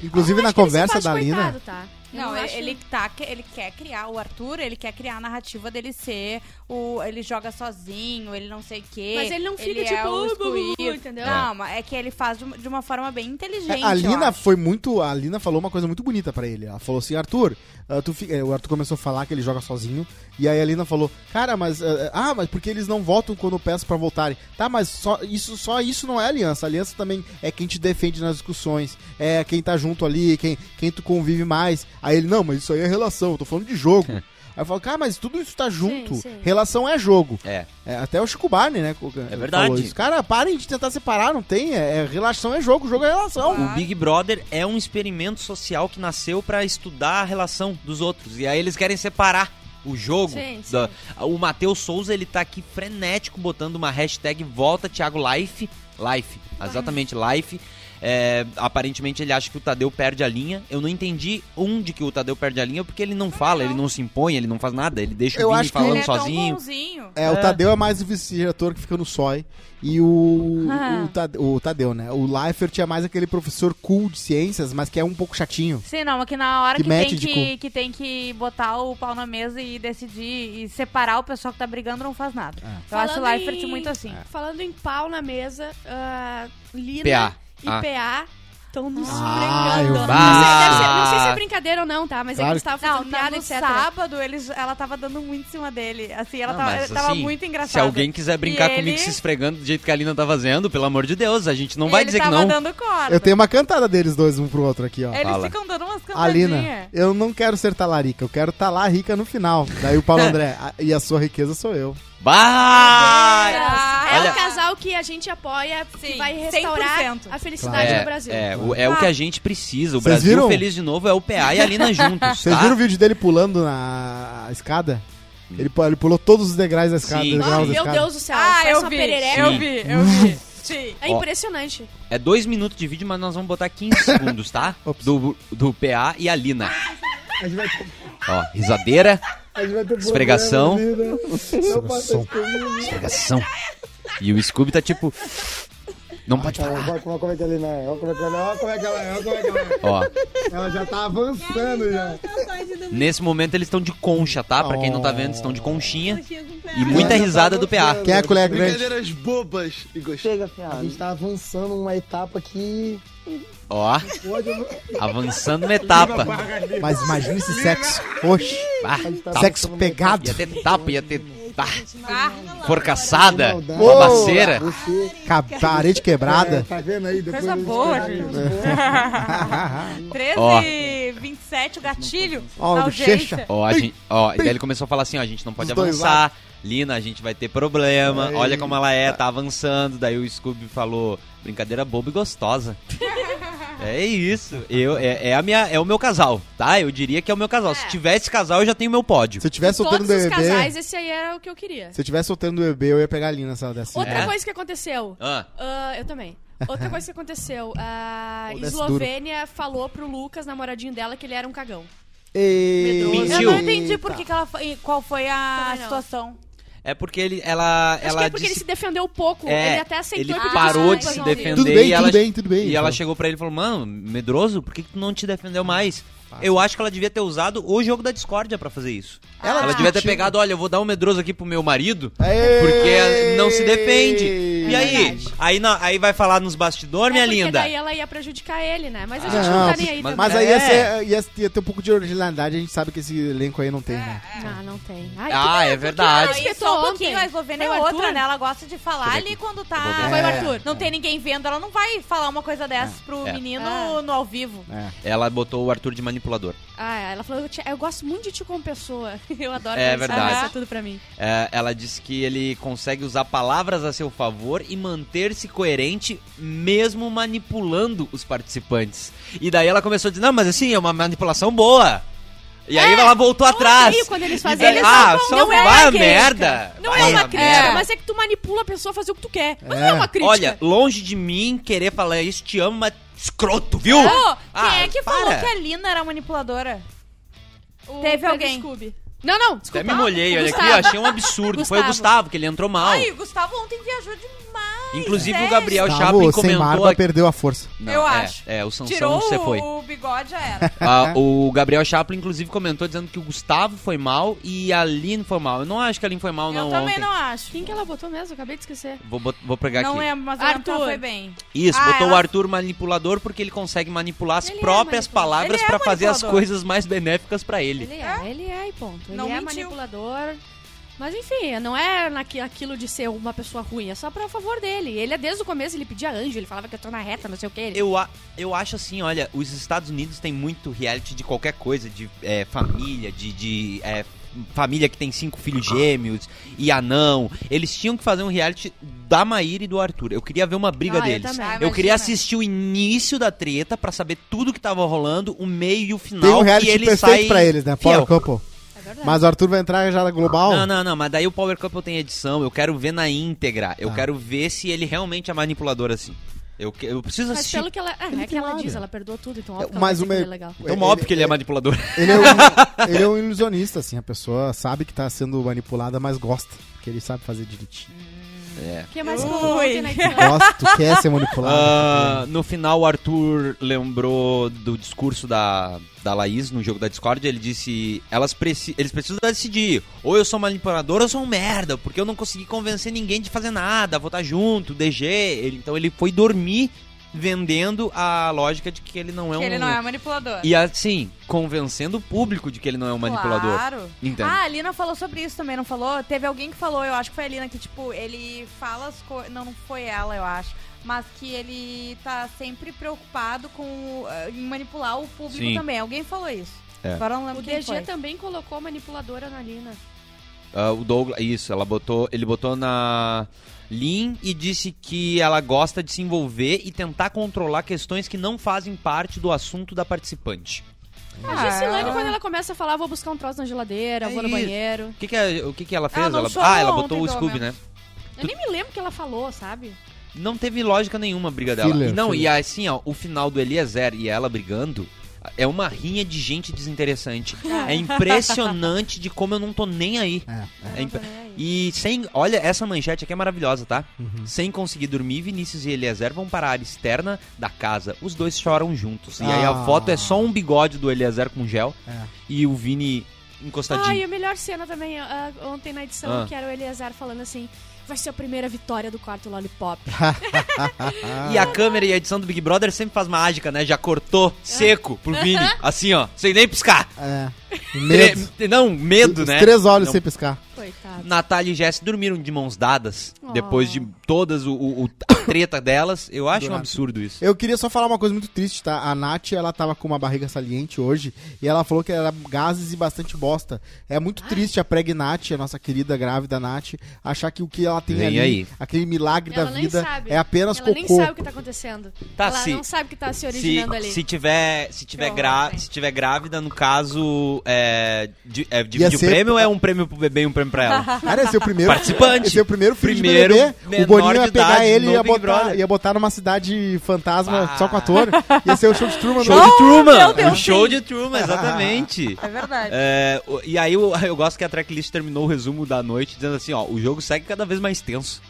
S4: Inclusive
S2: Eu
S4: na
S2: acho que ele se
S4: conversa
S2: faz de
S4: da Lina.
S2: coitado, tá? Eu
S5: Não, ele,
S2: acho-
S5: ele tá, que- ele quer criar o Arthur, ele quer criar a narrativa dele ser o ele joga sozinho, ele não sei o quê.
S2: Mas ele não fica
S5: ele
S2: tipo,
S5: é o
S2: "Ah, bu, bu, bu",
S5: excluído.
S2: entendeu?
S5: Não, mas é que ele faz de uma, de uma forma bem inteligente.
S3: É,
S4: a
S5: eu
S4: Lina
S5: acho.
S4: foi muito. A Lina falou uma coisa muito bonita pra ele. Ela falou assim, Arthur, ah, tu fica- eh, o Arthur começou a falar que ele joga sozinho. E aí a Lina falou, cara, mas. ah, Ah, mas porque eles não votam quando eu peço pra voltarem. Tá, mas só isso, só isso não é aliança. Aliança também é quem te defende nas discussões. É quem tá junto ali, quem, quem tu convive mais. Aí ele, não, mas isso aí é relação, eu tô falando
S3: [LAUGHS]
S4: de jogo. aí eu falo, cara, mas tudo isso tá junto.
S2: sim.
S4: Relação é jogo.
S3: É.
S4: É, até o Chico Barney, né? co-
S3: verdade.
S4: falou isso. Cara, parem de tentar separar, não tem. É, é relação é jogo, jogo é relação.
S3: O Big Brother é um experimento social que nasceu pra estudar a relação dos outros. E aí eles querem separar o jogo.
S2: Sim, sim.
S3: da- O Matheus Souza, ele tá aqui frenético botando uma hashtag volta Thiago Life. Life, exatamente, Life. É, aparentemente ele acha que o Tadeu perde a linha. Eu não entendi onde que o Tadeu perde a linha, porque ele não fala, ele não se impõe, ele não faz nada, ele deixa
S4: Eu
S3: o Vini
S4: acho que
S3: falando
S5: ele é tão
S3: sozinho.
S5: bonzinho.
S4: É, o Tadeu é mais o vice-diretor que fica no SOI. E o, o, Tade- o Tadeu, né? O Leifert é mais aquele professor cool de ciências, mas que é um pouco chatinho.
S5: Sim, não, mas que na hora
S4: Que
S5: que,
S4: mete
S5: tem
S4: de
S5: que, que tem que botar o pau na mesa e decidir e separar o pessoal que tá brigando não faz nada.
S3: É.
S5: Eu acho o
S2: Falando
S5: Leifert
S2: em-
S5: muito assim.
S2: Falando em pau na mesa, ah, Lina
S3: PA.
S2: e
S3: Ah.
S2: PA estão nos
S4: Ah, eu
S2: esfregando.
S4: vi.
S2: Não sei, deve ser- não sei se é brincadeira ou não, tá? Mas é
S4: Claro.
S2: que estava
S5: Não,
S2: fazendo
S5: na,
S2: piada,
S5: no
S2: etc.
S5: sábado eles, ela tava dando um muito em cima dele. Assim, ela
S3: Não,
S5: tava,
S3: mas,
S5: tava
S3: assim,
S5: muito engraçada.
S3: Se alguém quiser brincar
S5: E
S3: comigo
S5: ele-
S3: se esfregando do jeito que a Lina tá fazendo, pelo amor de Deus, a gente não vai
S5: ele
S3: dizer que
S5: tava
S3: não.
S5: dando corda.
S4: Eu tenho uma cantada deles dois, um pro outro aqui, ó.
S5: Eles
S3: Fala.
S5: ficam dando umas
S4: A Lina,
S5: cantadinhas.
S4: tá eu não quero ser talarica, eu quero talarica no final. Daí o Paulo André, a- e a "Ah, sua riqueza sou eu.
S3: Bah!
S5: Ah,
S2: É
S3: Olha-
S2: o casal que a gente apoia, que
S5: Sim,
S2: vai restaurar
S5: 100%.
S2: a
S9: tá
S2: felicidade
S3: é,
S2: do Brasil.
S3: É, o, é o
S5: Ah.
S3: que a gente precisa. O
S4: Vocês
S3: Brasil
S4: viram?
S3: feliz de novo é o PA e
S9: [LAUGHS]
S3: a Lina juntos,
S4: Vocês
S3: tá?
S4: viram o vídeo dele pulando na escada? Ele, pu- ele pulou todos os degraus da escada.
S3: Sim.
S4: degraus
S2: Mano,
S4: da
S2: meu
S4: escada.
S2: Deus do céu,
S5: ah,
S2: faz
S5: eu
S2: uma
S5: vi,
S2: perereca.
S5: eu vi, eu
S2: [LAUGHS]
S5: vi. Sim.
S2: É
S3: Ó.
S2: impressionante.
S3: É dois minutos de vídeo, mas nós vamos botar 15 segundos, tá?
S4: Ops.
S3: Do, do PA e a Lina.
S9: A gente vai ter,
S3: Ó, risadeira,
S9: a gente vai ter
S3: Esfregação.
S9: problema, né? Não passa isso comigo.
S3: pegação. E o Scooby tá tipo... Não pode
S9: Olha
S4: tá.
S3: falar.
S9: olha como é que a Lina é, olha como é que ela é, olha como é que ela é, olha como é que ela é.
S3: Ó,
S9: Ela já tá avançando já.
S3: nesse momento eles estão de concha, tá? Pra quem não tá vendo, eles estão de conchinha. E
S9: Ela já
S3: muita
S9: tá
S3: risada do PA.
S4: Quem é a colher grande?
S9: Brincadeiras bobas e gostosas.
S8: Chega,
S9: A
S8: fiado.
S9: gente tá avançando uma etapa que...
S3: Ó,
S9: Pode...
S3: avançando uma etapa.
S4: Mas imagina esse sexo. Oxi.
S3: Ah,
S9: Tá
S4: sexo
S9: passando
S4: pegado.
S3: ia ter tapa, ia ter... Ah, forcaçada,
S9: Maldade.
S3: babaceira.
S9: Você...
S4: Cab- Parede quebrada.
S9: É, tá vendo aí? Depois
S5: Coisa
S9: eles
S5: boa,
S9: pegam
S5: gente.
S9: isso.
S5: [LAUGHS] 13
S3: Ó.
S5: e 27, o gatilho.
S4: Ó,
S5: da
S4: o do
S5: audiência.
S4: Checha.
S3: Ó, a gente, ó, e daí ele começou a falar assim, ó, a gente não pode
S4: Os dois
S3: avançar, Lina, a gente vai ter problema, olha como ela é, tá avançando. Daí o Scooby falou, brincadeira boba
S2: [LAUGHS]
S3: e gostosa. é isso, eu, é, é a minha, é o meu casal, tá? Eu diria que é o meu casal. Se tivesse casal, eu já tenho meu pódio.
S4: Se eu tivesse soltando
S2: Todos os
S4: bebê.
S2: casais, esse aí era o que eu queria.
S4: Se eu tivesse soltando bebê, eu ia pegar a Lina nessa dessa.
S2: Outra
S3: É.
S2: coisa que aconteceu.
S3: Ah,
S2: Ah, eu também. Outra coisa que aconteceu,
S3: [LAUGHS]
S2: a
S4: Pô, desce duro.
S2: Eslovênia falou pro Lucas, namoradinho dela, que ele era um cagão.
S4: E...
S5: Eu
S3: Mentiu.
S5: não entendi por que que ela fa- e qual foi a
S2: Também não.
S5: situação.
S3: é porque ele, ela,
S2: Acho que
S3: ela
S2: é porque ele
S3: disse...
S2: se defendeu pouco.
S3: É,
S2: Tipo, ele até aceitou
S3: ele
S2: e pediu um
S3: parou de
S2: desculpas
S3: se
S2: ao vivo.
S3: defender.
S4: Tudo
S3: Andei
S4: bem,
S3: e
S4: tudo
S3: ela-
S4: bem, tudo bem. então.
S3: E ela chegou pra ele e falou, mano, medroso, por que, que tu não te defendeu mais? Eu acho que ela devia ter usado o jogo da discórdia pra fazer isso.
S2: Ah,
S3: Ela, devia ter pegado, olha, eu vou dar um medroso aqui pro meu marido,
S4: Aê!
S3: porque não se defende. E
S2: É
S3: aí?
S2: verdade.
S3: Aí, na- aí vai falar nos bastidores, minha
S2: É porque
S3: linda. Ah,
S2: Daí ela ia prejudicar ele, né? Mas a gente não,
S4: Não,
S2: tá nem aí.
S3: mas-
S2: também.
S4: Mas aí ia,
S3: É.
S4: ser, ia, ia ter um pouco de originalidade, a gente sabe que esse elenco aí não tem, né?
S2: Ah, não tem. Ai,
S3: Ah, é
S5: Ah,
S3: verdade.
S2: porque
S5: e só um
S2: ontem.
S5: pouquinho, a Eslovênia
S2: Foi
S5: é
S2: o
S5: outra,
S2: Arthur?
S5: né? Ela gosta de falar ali quando tá.
S3: Eu vou ver.
S2: Foi o Arthur.
S5: Não tem ninguém vendo, ela não vai falar uma coisa dessas pro
S3: É.
S5: menino
S2: É.
S5: no ao vivo.
S3: Ela botou o Arthur de manipulador.
S2: Ah, ela falou, eu, te- eu gosto muito de ti como pessoa. [LAUGHS] Eu adoro
S3: É
S2: quando você
S3: verdade.
S2: abraça tudo pra mim.
S3: É, ela disse que ele consegue usar palavras a seu favor e manter-se coerente, mesmo manipulando os participantes. E daí ela começou a dizer: Não, mas assim, é uma manipulação boa. E
S2: É,
S3: aí ela voltou atrás.
S2: odeio quando eles
S3: E
S2: fazem
S3: daí-
S2: isso.
S3: ah,
S2: Não
S3: só
S2: é
S3: vai
S2: uma
S3: a
S2: crítica.
S3: merda.
S2: Não
S3: Vai
S2: é
S3: a
S2: uma crítica,
S3: merda.
S2: mas é que tu manipula a pessoa a fazer o que tu quer. Mas não é uma crítica.
S3: Olha, longe de mim querer falar isso, te amo, mas escroto, viu?
S5: Ô, quem
S3: Ah,
S5: é que
S3: para.
S5: falou que a Lina era manipuladora?
S2: O
S5: Teve
S2: Pedro
S5: alguém.
S2: Scooby. Não, não, desculpa.
S3: Até me molhei,
S2: O
S3: olha aqui,
S2: Gustavo.
S3: eu achei um absurdo. Foi o
S2: Gustavo.
S3: Gustavo, que ele entrou mal.
S5: Ai, o Gustavo ontem viajou demais.
S3: Inclusive É, o
S5: sério.
S3: Gabriel Chaplin
S4: Gustavo, sem
S3: comentou
S4: barba,
S3: aqui.
S4: perdeu a força.
S3: Não,
S5: Eu
S3: é,
S5: acho.
S3: É, o Sansão
S5: Tirou
S3: você
S5: [LAUGHS]
S3: foi.
S5: o bigode, já era.
S3: Ah, o Gabriel Chaplin, inclusive, comentou dizendo que o Gustavo foi mal e a Aline foi mal. Eu não acho que a Aline foi mal, não,
S5: eu também
S3: ontem.
S5: não acho.
S2: Quem que ela botou mesmo? Eu acabei de esquecer.
S3: Vou, bot- vou pegar
S5: não
S3: aqui.
S5: lembro, mas eu lembro que ela
S2: Arthur.
S5: foi bem.
S3: Isso,
S5: Ah,
S3: botou o
S5: ela-
S3: Arthur manipulador porque ele consegue manipular as
S2: Ele é
S3: próprias
S2: manipulador.
S3: palavras
S5: Ele é
S3: pra fazer as
S5: manipulador.
S3: coisas mais benéficas pra ele.
S2: Ele é, ele é, e ponto. Ele
S5: Não
S2: é
S5: mentiu.
S2: manipulador. Mas enfim, não é naqui- aquilo de ser uma pessoa ruim, é só pra favor dele. Ele, desde o começo, ele pedia anjo, ele falava que eu tô na reta, não sei o que. Ele...
S3: Eu, a- eu acho assim, olha, os Estados Unidos tem muito reality de qualquer coisa, de é, família, de, de, é, família que tem cinco filhos gêmeos e anão. Eles tinham que fazer um reality da Maíra e do Arthur. Eu queria ver uma briga
S2: Ah, eu
S3: deles.
S2: também. Ah,
S3: eu queria
S5: imagina.
S3: assistir o início da treta pra saber tudo que tava rolando, o meio e o final.
S4: Tem um
S3: e
S4: reality
S3: ele sai
S4: perfeito pra eles, né?
S3: fiel.
S4: Power Couple.
S2: É verdade.
S4: Mas o Arthur vai entrar já na Global?
S3: Não, não, não, mas daí o Power Couple tem edição, eu quero ver na íntegra. Eu
S4: Tá.
S3: quero ver se ele realmente é manipulador assim. Eu, que- eu preciso
S2: Mas
S3: assistir.
S2: pelo que ela. É, é que ela diz, ela perdoou tudo, então óbvio que ela
S4: Mas
S2: vai dizer
S4: o
S2: que
S4: meio-
S2: ele é legal.
S3: Então, óbvio que ele é manipulador.
S4: um, Ele é,
S3: [LAUGHS]
S4: um, ele é um ilusionista, assim. A pessoa sabe que tá sendo manipulada, mas gosta. Porque ele sabe fazer direitinho.
S2: O que mais que
S5: Ui.
S2: rolou ontem na [LAUGHS] edição?
S4: Gosta, tu quer ser manipulado.
S3: Ah, no final, o Arthur lembrou do discurso da, da Laís no jogo da Discord. Ele disse: Elas preci eles precisam decidir. Ou eu sou manipulador ou eu sou um merda, porque eu não consegui convencer ninguém de fazer nada, votar junto, DG. Ele- então ele foi dormir vendendo a lógica de que ele não é
S5: Que
S3: um.
S5: ele não é manipulador.
S3: E assim, convencendo o público de que ele não é um manipulador.
S5: Claro.
S3: Entendo.
S5: Ah, a Lina falou sobre isso também, não falou? Teve alguém que falou, eu acho que foi a Lina, que, tipo, ele fala as coisas. Não, não foi ela, eu acho. Mas que ele tá sempre preocupado com eh, em manipular o público
S3: Sim.
S5: também. Alguém falou isso.
S3: É.
S5: Agora eu não lembro
S2: O tá-
S5: quem
S2: DG
S5: foi.
S2: também colocou manipuladora na Lina.
S3: Ah, o Douglas, isso, ela botou, ele botou na Lean e disse que ela gosta de se envolver e tentar controlar questões que não fazem parte do assunto da participante.
S2: A Gessilane, quando ela começa a falar, vou buscar um troço na geladeira,
S3: É
S2: vou no
S3: isso.
S2: banheiro.
S3: O que, que, é- o que, que ela fez?
S5: Ela não chorou
S3: ah, ela botou
S5: ontem,
S3: o
S5: pelo
S3: Scooby, né?
S5: menos.
S2: Eu nem me lembro o que ela falou, sabe?
S3: Não teve lógica nenhuma a briga dela.
S4: Filler,
S3: E não,
S4: filler.
S3: e assim, ó, o final do Eliezer e ela brigando é uma rinha de gente desinteressante.
S5: Ah.
S3: É impressionante de como eu não tô nem aí. É imp- E sem. Olha, essa manchete aqui é maravilhosa, tá?
S4: Uhum.
S3: Sem conseguir dormir, Vinícius e Eliezer vão para a área externa da casa. Os dois choram juntos. E aí a
S4: Ah.
S3: foto é só um bigode do Eliezer com gel
S4: É.
S3: e o Vini
S2: Ah, e
S3: encostadinho.
S2: a melhor cena também, ah, ontem na edição,
S3: Ah.
S2: que era o Eleazar falando assim, vai ser a primeira vitória do quarto Lollipop.
S3: E a câmera e a edição do Big Brother sempre faz mágica, né? Já cortou seco pro Vini. Assim, ó, sem nem piscar.
S4: É.
S3: Tre-
S4: Medo.
S3: tre- Não, medo,
S4: Os
S3: né?
S4: três olhos
S3: Não.
S4: sem piscar.
S2: Coitado.
S3: Natália e Jess dormiram de mãos dadas
S2: Oh.
S3: depois de todas o, o- o- a treta delas. Eu acho um
S4: Dourado.
S3: absurdo isso.
S4: Eu queria só falar uma coisa muito triste, tá? A Nath, ela tava com uma barriga saliente hoje e ela falou que era gases e bastante bosta. É muito triste a preg Nath, a nossa querida grávida Nath, achar que o que ela tem
S3: Vem
S4: ali,
S3: aí.
S4: aquele milagre
S2: Ela
S4: da
S2: nem
S4: vida,
S2: sabe.
S4: é apenas
S2: Ela
S4: cocô.
S2: nem sabe o que tá acontecendo.
S3: Tá,
S2: ela
S3: se-
S2: não sabe o que tá se
S3: Se,
S2: originando ali.
S3: se tiver, se tiver,
S5: Que
S3: gra-
S5: horror, né?
S3: se tiver grávida, no caso, é, di- é, divide
S4: Ia
S3: o
S4: ser-
S3: prêmio ou é um prêmio pro bebê e um prêmio pra
S5: [LAUGHS]
S2: tá
S3: ela?
S4: Cara, esse é o primeiro.
S3: Participante.
S4: Esse é o primeiro filho
S3: Primeiro
S4: de BBB.
S3: menor
S4: O Boninho
S3: de
S4: ia pegar
S3: idade,
S4: ele e
S3: no
S4: ia
S3: Big
S4: botar,
S3: Brother.
S4: ia botar numa cidade fantasma
S3: Bah.
S4: só com ator. Ia ser o show de Truman.
S3: show
S4: do-
S3: de Truman!
S5: Deus,
S3: um show de Truman, exatamente.
S4: Ah.
S5: É verdade.
S3: É, o- e aí eu, [LAUGHS] eu gosto que a tracklist terminou o resumo da noite dizendo assim, ó, o jogo segue cada vez mais tenso.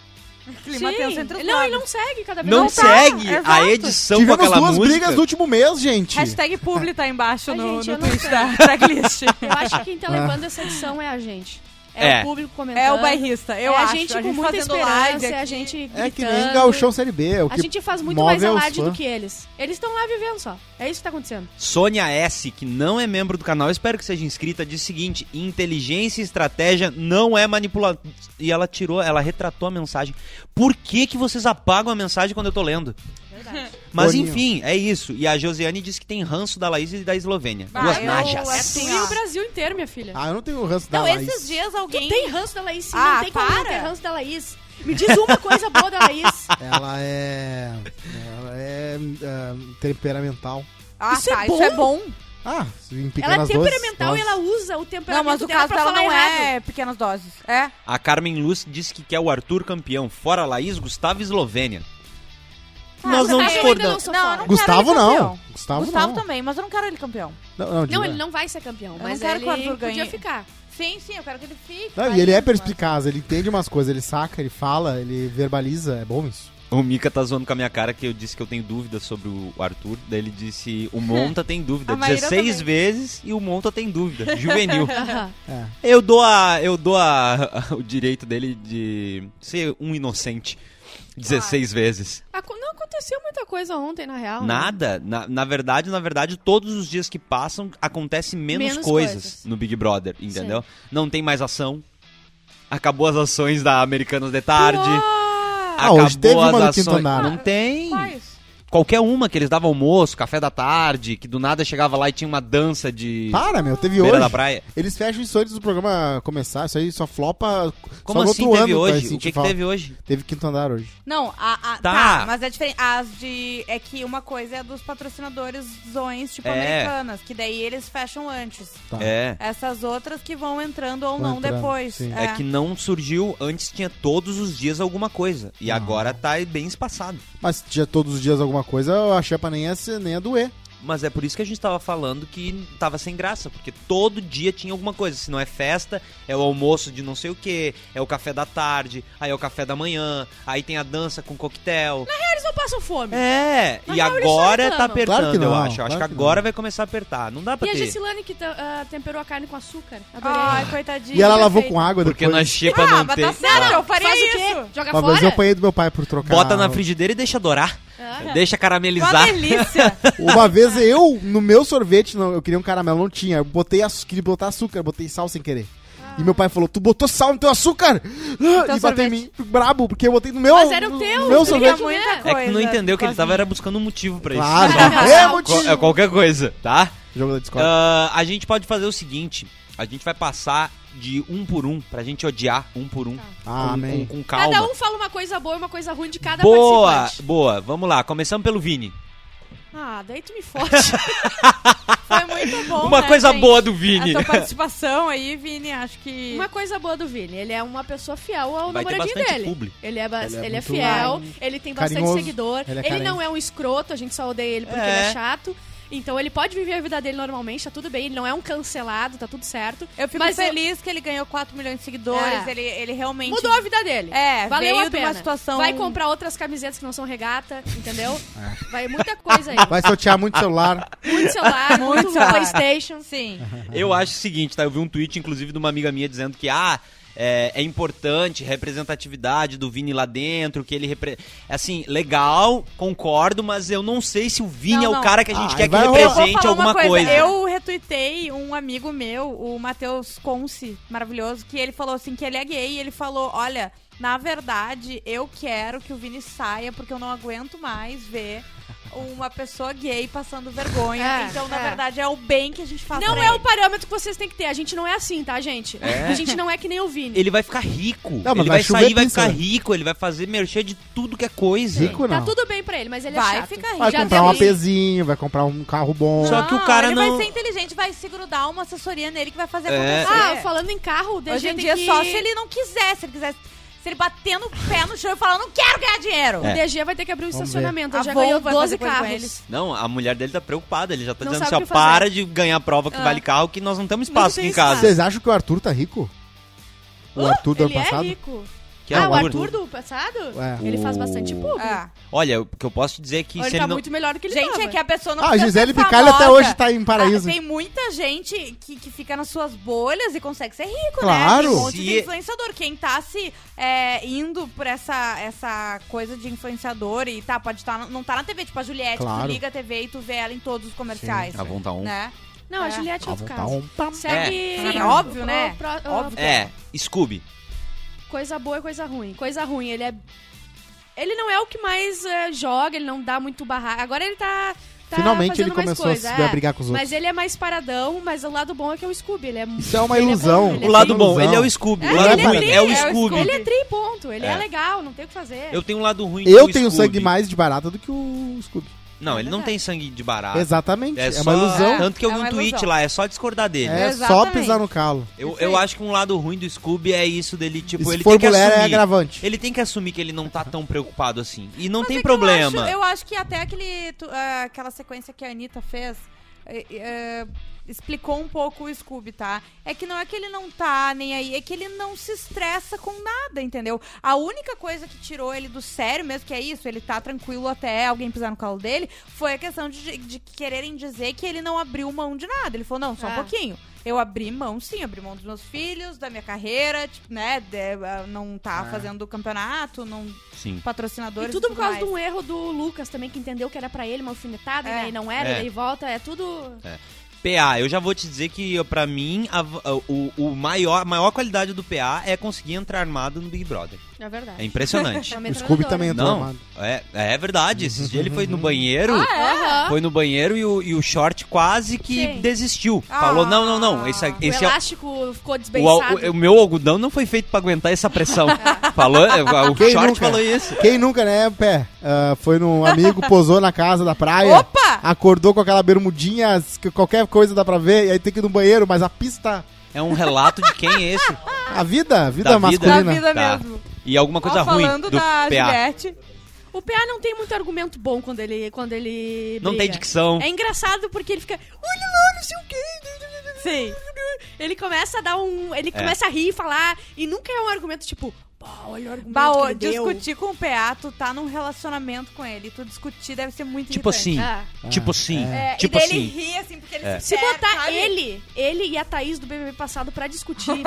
S5: Clima
S2: Sim.
S5: tenso entre os
S2: Não,
S5: lados.
S2: ele não segue cada vez
S3: Não,
S2: mais.
S3: segue
S5: exato.
S3: a edição com
S4: Tivemos
S3: aquela
S4: duas
S3: música.
S4: brigas no último mês, gente.
S5: Hashtag publi tá embaixo
S2: Ai,
S5: no,
S2: gente,
S5: no
S2: eu não
S5: tweet
S2: sei.
S5: da [LAUGHS] tracklist.
S2: Eu acho que quem
S4: [LAUGHS]
S2: tá levando essa edição é a gente. É,
S3: É.
S2: o público comentando.
S5: É o bairrista, eu
S2: é
S5: acho.
S2: a gente
S5: a
S2: com
S5: gente
S2: muita
S5: fazendo
S2: esperança,
S5: live
S2: é a
S5: aqui.
S2: gente gritando.
S4: É que nem Gauchão Série B. O
S2: A
S4: que
S2: gente faz muito
S4: move
S2: mais
S4: é os
S2: alarde do
S4: fãs.
S2: que eles. Eles estão lá vivendo só. É isso que tá acontecendo.
S3: Sônia S, que não é membro do canal, espero que seja inscrita, diz o seguinte: inteligência e estratégia não é manipulação. E ela tirou, ela retratou a mensagem. Por que, que vocês apagam a mensagem quando eu tô lendo? Mas
S4: Boninho.
S3: enfim, é isso. E a Josiane disse que tem ranço da Laís e da Eslovênia.
S5: Bah,
S3: Duas
S5: eu-
S3: najas.
S5: é
S2: Tu
S5: assim,
S2: e
S5: ó.
S2: o Brasil inteiro, minha filha.
S4: Ah, eu não tenho ranço da
S5: Não,
S4: Laís.
S5: esses dias
S2: Tu
S5: alguém.
S4: é
S2: tem ranço da Laís, sim.
S5: Ah,
S2: não tem como não
S5: para.
S2: ter ranço da Laís. Me diz uma coisa boa da
S4: [LAUGHS]
S2: Laís.
S4: Ela é... Ela é... ah, temperamental.
S5: Ah,
S2: Isso é
S5: tá,
S2: bom.
S5: isso é bom.
S4: Ah, em
S2: Ela é
S4: pequenas doses,
S2: temperamental e
S4: nós-
S2: ela usa o temperamento
S5: Não, mas o
S2: dela
S5: caso
S2: pra
S5: dela
S2: falar
S5: não
S2: errado.
S5: é pequenas doses. É?
S3: A Carmen Luz disse que quer o Arthur campeão, fora Laís, Gustavo e Eslovênia.
S5: Ah,
S3: Nós não
S2: mas eu ainda
S3: discordamos.
S2: sou né?
S5: Não,
S2: fora.
S5: eu não
S4: Gustavo
S5: quero ele
S4: não.
S5: campeão.
S4: Gustavo,
S5: Gustavo
S4: não.
S5: também, mas eu não quero ele campeão.
S4: Não, não, digo,
S2: Não, ele
S4: é.
S2: não vai ser campeão,
S5: não
S2: mas
S5: quero que o
S2: ele
S5: Arthur ganhe.
S2: podia ficar.
S5: Sim, sim, eu quero que ele fique.
S4: Não,
S5: mas-
S4: e ele
S2: né?
S4: é perspicaz, ele entende umas coisas, ele saca, ele fala, ele verbaliza, é bom isso.
S3: O Mika tá zoando com a minha cara que eu disse que eu tenho dúvida sobre o Arthur. Daí ele disse: o Monta tem dúvida.
S5: [LAUGHS] A Maíra
S3: 16
S5: também.
S3: vezes e o Monta tem dúvida. Juvenil. [LAUGHS]
S2: Aham.
S3: eu dou, a, eu dou a, [LAUGHS] o direito dele de ser um inocente 16 vezes.
S2: Aco- Não aconteceu muita coisa ontem, na
S5: Ah,
S2: real. né?
S3: Nada. Na, na verdade, na verdade, todos os dias que passam acontece menos,
S2: Menos
S3: coisas,
S2: coisas.
S3: no Big Brother, entendeu? Não tem mais ação. Acabou as ações da Americanas de Tarde.
S4: Ah, hoje teve uma
S3: as
S4: no quinto
S3: ações-
S4: andar, né?
S3: Não tem.
S5: Quais?
S3: qualquer uma que eles davam almoço, café da tarde, que do nada chegava lá e tinha uma dança de
S4: Para, meu, teve
S3: beira
S4: Tá, hoje.
S3: da praia.
S4: Eles fecham isso antes do programa começar, isso aí só flopa.
S3: Como
S4: só no
S3: assim
S4: outro
S3: teve
S4: ano, vai
S3: hoje?
S4: sentir
S3: O que, que
S4: falta.
S3: teve hoje?
S4: Teve quinto andar hoje.
S5: Não, a, a-
S3: Tá.
S5: tá. mas é diferente. As de. É que uma coisa é dos patrocinadores zões, tipo
S3: É.
S5: americanas, que daí eles fecham antes.
S4: Tá.
S3: É.
S5: Essas outras que vão entrando ou
S4: Vão
S5: não
S4: entrando,
S5: depois.
S4: sim.
S3: é. que não surgiu, antes tinha todos os dias alguma coisa. E
S4: Não.
S3: agora tá bem espaçado.
S4: Mas se tinha todos os dias alguma coisa, eu achei pra nem ia, ser- nem ia doer.
S3: Mas é por isso que a gente tava falando que tava sem graça, porque todo dia tinha alguma coisa. Se não é festa, é o almoço de não sei o que, é o café da tarde, aí é o café da manhã, aí tem a dança com coquetel.
S2: Eles não passam fome.
S3: É,
S2: Mas
S3: e
S2: não, eles só
S3: agora tá
S2: reclamam.
S3: apertando,
S4: Claro que
S3: eu
S4: não,
S3: acho. Eu acho
S4: claro
S3: que
S4: que
S3: agora vai começar a apertar. Não dá pra
S2: E a
S3: ter.
S2: Gessilane que tá- ah, temperou a carne com açúcar. Adorei.
S5: Ai, coitadinha.
S4: E ela lavou
S5: perfeita.
S4: com água
S3: Porque
S4: depois.
S3: na xepa
S5: Ah,
S3: não
S5: mas
S3: tem.
S5: tá certo, eu faria
S2: Faz o
S5: isso.
S2: quê? Joga
S4: Uma vez eu
S2: fora?
S4: apanhei do meu pai por trocar.
S3: Bota na frigideira e deixa dourar.
S2: Ah.
S3: Deixa
S5: Uma
S3: caramelizar. [LAUGHS]
S5: delícia.
S4: Uma vez eu, no meu sorvete, não, eu queria um caramelo, não tinha. Eu botei açúcar, queria botar açúcar, botei sal sem querer. E meu pai falou: Tu botou sal no teu açúcar! Ah, e bateu em mim, brabo, porque eu botei no meu.
S2: Então Mas era o
S4: no-
S2: teu,
S4: no meu
S2: tu
S4: sorvete.
S2: brigava
S5: muita
S2: É que
S3: É
S5: coisa.
S3: que tu não entendeu que ele tava
S5: sozinha.
S3: era buscando um motivo pra
S2: [LAUGHS]
S4: Claro,
S3: isso.
S4: é motivo.
S3: Co- é qualquer coisa, tá?
S4: Jogo da Discord.
S3: Ah, a gente pode fazer o seguinte. A gente vai passar de um por um, pra gente odiar um por um.
S4: Ah,
S3: com,
S4: amém.
S3: com- com calma.
S2: Cada um fala uma coisa boa e uma coisa ruim de cada
S3: boa,
S2: participante.
S3: boa. Vamos lá, começamos pelo Vini.
S2: Ah, daí tu me fode. Foi
S3: [LAUGHS]
S2: muito bom.
S3: Uma
S5: né,
S3: coisa
S5: gente?
S3: boa do
S5: A
S3: Vini. [LAUGHS]
S5: tua participação aí, Vini, acho que.
S2: [LAUGHS] Uma coisa boa do Vini, ele é uma pessoa fiel ao
S3: Vai ter
S2: namoradinho
S3: bastante
S2: dele.
S3: publi.
S2: Ele é, ba-
S4: Ele
S2: ele
S4: é
S2: é,
S4: muito
S2: fiel, ele tem bastante
S4: carinhoso,
S2: seguidor,
S4: ele
S2: ele,
S4: é carente.
S2: não é um escroto, a gente só odeia ele porque
S3: É.
S2: ele é chato. Então ele pode viver a vida dele normalmente, tá tudo bem, ele não é um cancelado, tá tudo certo.
S5: Eu fico
S2: Mas eu-
S5: feliz que ele ganhou 4 milhões de seguidores,
S2: É.
S5: ele, ele realmente.
S2: Mudou a vida dele.
S5: É,
S2: Valeu
S5: veio
S2: a
S5: de
S2: pena.
S5: uma situação.
S2: Vai comprar outras camisetas que não são regata,
S4: [LAUGHS]
S2: entendeu?
S4: É.
S2: Vai muita coisa aí.
S4: Vai sortear muito celular.
S5: [LAUGHS]
S2: Muito celular, muito,
S5: celular.
S2: Playstation.
S5: Sim.
S3: Eu acho o seguinte, tá? Eu vi um tweet, inclusive, de uma amiga minha dizendo que, ah, é, é importante representatividade do Vini lá dentro, que ele repre... Assim, legal, concordo, mas eu não sei se o Vini
S5: Não,
S3: é o
S5: não.
S3: cara que a gente
S4: Ah,
S3: quer que
S4: vai rolar.
S5: Eu vou
S3: represente
S5: falar
S3: alguma
S5: uma
S3: coisa.
S5: coisa. Eu retuitei um amigo meu, o Matheus Conce, maravilhoso, que ele falou assim que ele é gay e ele falou, olha, na verdade, eu quero que o Vini saia porque eu não aguento mais ver uma pessoa gay passando vergonha.
S2: É,
S5: então, na
S2: é.
S5: verdade, é o bem que a gente faz.
S2: Não
S5: pra
S2: é
S5: ele.
S2: o parâmetro que vocês têm que ter. A gente não é assim, tá, gente?
S3: É?
S2: A gente não é que nem o Vini.
S3: Ele vai ficar rico.
S4: Não, mas
S3: ele
S4: vai
S3: vai,
S4: chover
S3: sair, vai
S4: pizza,
S3: ficar
S4: né?
S3: rico, ele vai fazer merchan de tudo que é coisa.
S4: Rico
S2: Tá
S4: não.
S2: tudo bem pra ele, mas ele é
S5: Vai
S2: chato.
S5: ficar rico.
S4: Vai
S2: Já
S4: comprar
S2: deu
S4: um
S2: isso.
S4: apezinho, vai comprar um carro bom.
S3: Só que o cara
S5: ele
S3: não-
S5: vai ser inteligente, vai se grudar uma assessoria nele que vai fazer
S2: Ah,
S3: É.
S5: acontecer.
S2: falando em carro, o
S5: Hoje
S2: DG
S5: em
S2: tem
S5: dia é
S2: que...
S5: só se ele não quiser, se ele quiser. Se ele bater no pé no chão e falar, não quero ganhar dinheiro.
S2: O DG vai ter que abrir um
S4: Vamos ver.
S2: estacionamento.
S5: A
S2: Ele já
S5: Volvo
S2: ganhou
S5: vai
S2: 12
S5: fazer coisa com
S2: carros.
S5: eles.
S3: Não, a mulher dele tá preocupada, ele já tá
S2: Não
S3: dizendo assim,
S2: sabe
S3: ó,
S2: o que fazer. Ah.
S3: para de ganhar prova que vale carro, que nós não temos espaço
S2: tem
S3: aqui em casa.
S4: Vocês acham que o Arthur tá rico? O Arthur do ano
S2: Ele é
S4: passado?
S2: rico.
S3: Que é um
S2: ah, o
S3: absurdo.
S2: Arthur do passado?
S4: É.
S2: Ele faz
S3: O-
S2: bastante público.
S5: Ah.
S3: Olha, o que eu posso dizer é que se
S2: Ele
S3: ele
S2: tá
S3: não...
S2: muito melhor do que ele
S5: Gente,
S2: tava.
S5: é que a pessoa não
S4: Ah, a
S5: precisa
S4: Gisele
S5: ser
S4: Picalho até
S5: famosa.
S4: hoje tá em paraíso.
S5: Ah, tem muita gente que, que fica nas suas bolhas e consegue ser rico,
S4: Claro.
S5: né? Tem um monte
S3: Se-
S5: de influenciador. Quem tá se é, indo por essa, essa coisa de influenciador e tá, pode estar. não tá na TV, tipo a Juliette,
S4: Claro.
S5: tu liga a TV e tu vê ela em todos os comerciais.
S3: Ah, vão tá um.
S5: né?
S2: Não, a
S5: É.
S2: Juliette é
S4: Ah,
S2: outro
S4: vão tá
S2: caso.
S4: um pam.
S2: Segue...
S5: É. Sim,
S2: o-
S5: óbvio,
S2: o-
S5: né?
S2: pro- o-
S5: Óbvio.
S3: É, Scooby.
S2: Coisa boa e coisa ruim. Coisa ruim, ele é... Ele não é o que mais eh, joga, ele não dá muito barraco. Agora ele tá... tá
S4: Finalmente
S2: fazendo
S4: ele começou
S2: mais coisa,
S4: a, se-
S2: é.
S4: a brigar com os outros.
S2: Mas ele é mais paradão, mas o lado bom é que é o Scooby. Ele é
S4: Isso é uma
S2: ele
S4: ilusão.
S2: bom, ele
S3: O
S2: é
S3: lado
S4: bom,
S3: bom,
S4: ilusão.
S3: ele é o Scooby.
S2: É,
S3: o lado
S2: ele é
S3: ruim
S2: tri,
S3: é o
S5: é o
S3: Scooby.
S5: Scooby.
S2: Ele é tri, ponto. Ele é,
S3: É.
S2: legal, não tem o que fazer.
S3: Eu tenho um lado ruim
S4: Eu
S3: que o
S4: tenho
S3: Scooby.
S4: sangue mais de barata do que o Scooby.
S3: Não, ele não tem sangue de barato.
S4: Exatamente. É,
S3: Ah, tá. só,
S4: uma ilusão.
S3: Tanto que eu
S5: É
S3: vi um
S5: uma
S3: tweet
S5: ilusão.
S3: lá, é só discordar dele.
S4: É só
S5: Exatamente.
S4: pisar no calo.
S3: Eu, eu acho que um lado ruim do Scooby é isso dele, tipo,
S4: E se
S3: ele
S4: for
S3: tem que
S4: mulher, é
S3: assumir.
S4: agravante.
S3: Ele tem que assumir que ele não tá tão preocupado assim. E não
S5: Mas
S3: tem
S5: é que Eu
S3: problema.
S5: acho, eu acho que até aquele, tu- ah, aquela sequência que a Anitta fez eh, eh, explicou um pouco o Scooby, tá? É que não é que ele não tá nem aí, é que ele não se estressa com nada, entendeu? A única coisa que tirou ele do sério mesmo, que é isso, ele tá tranquilo até alguém pisar no colo dele, foi a questão de, de quererem dizer que ele não abriu mão de nada. Ele falou, não, só
S2: Ah.
S5: um pouquinho. Eu abri mão, sim, abri mão dos meus filhos, da minha carreira, tipo, né? de- ah, não tá fazendo campeonato, não
S3: Sim.
S5: patrocinadores.
S2: É. E tudo por causa
S5: mais.
S2: de um erro do Lucas também, que entendeu que era pra ele uma alfinetada,
S5: É.
S2: e daí não era,
S3: É.
S2: e daí volta. É tudo.
S3: PA, eu já vou te dizer que pra mim a, o, o maior, a maior qualidade do PA é conseguir entrar armado no Big Brother.
S2: É verdade.
S3: É impressionante.
S4: [LAUGHS]
S2: Uma
S4: O Scooby
S2: metralhadora.
S4: também entrou
S3: não,
S4: armado. Uhum.
S3: é, é verdade. Esse dia ele foi no banheiro.
S5: Ah, é?
S2: Aham.
S3: Ah. Foi no banheiro e o, e o short quase que
S2: Sim.
S3: desistiu.
S5: Ah.
S3: Falou: não, não, não. Esse,
S2: O
S3: esse é,
S2: elástico ficou
S3: O, al-
S2: desbeiçado.
S3: o- o meu algodão não foi feito pra aguentar essa pressão. falou, é, o
S4: Quem
S3: short
S4: nunca?
S3: falou isso.
S4: Quem nunca, né, Pé? Ah, foi num amigo, posou na casa da praia.
S5: Opa!
S4: Acordou com aquela bermudinha, que qualquer coisa dá pra ver, e aí tem que ir no banheiro, mas a pista.
S3: É um relato de quem é esse?
S4: A vida, a vida
S3: Da vida.
S4: masculina.
S5: Da vida
S3: Tá.
S5: mesmo.
S3: E alguma coisa
S5: Ó,
S3: ruim
S5: falando
S3: do
S5: da
S3: PA.
S5: Juliette.
S2: O PA não tem muito argumento bom quando ele. Quando ele
S3: Não tem
S2: briga.
S3: dicção.
S2: É engraçado porque ele fica. Olha lá, não sei o quê.
S5: Sim.
S2: Ele começa a dar um.
S3: É.
S2: Ele começa a rir e falar. E nunca é um argumento tipo. "Pá, olha o argumento.
S5: Baô,
S2: que ele deu."
S5: discutir com o PA, tu tá num relacionamento com ele. Tu discutir deve ser muito
S3: Tipo assim.
S5: irritante.
S2: Ah.
S3: Tipo assim.
S5: É,
S3: Tipo
S5: e dele
S3: assim.
S5: ri, assim, porque ele
S3: É.
S2: Se
S5: se perde,
S2: botar
S5: sabe?
S2: ele, ele e a Thaís do BBB passado pra discutir,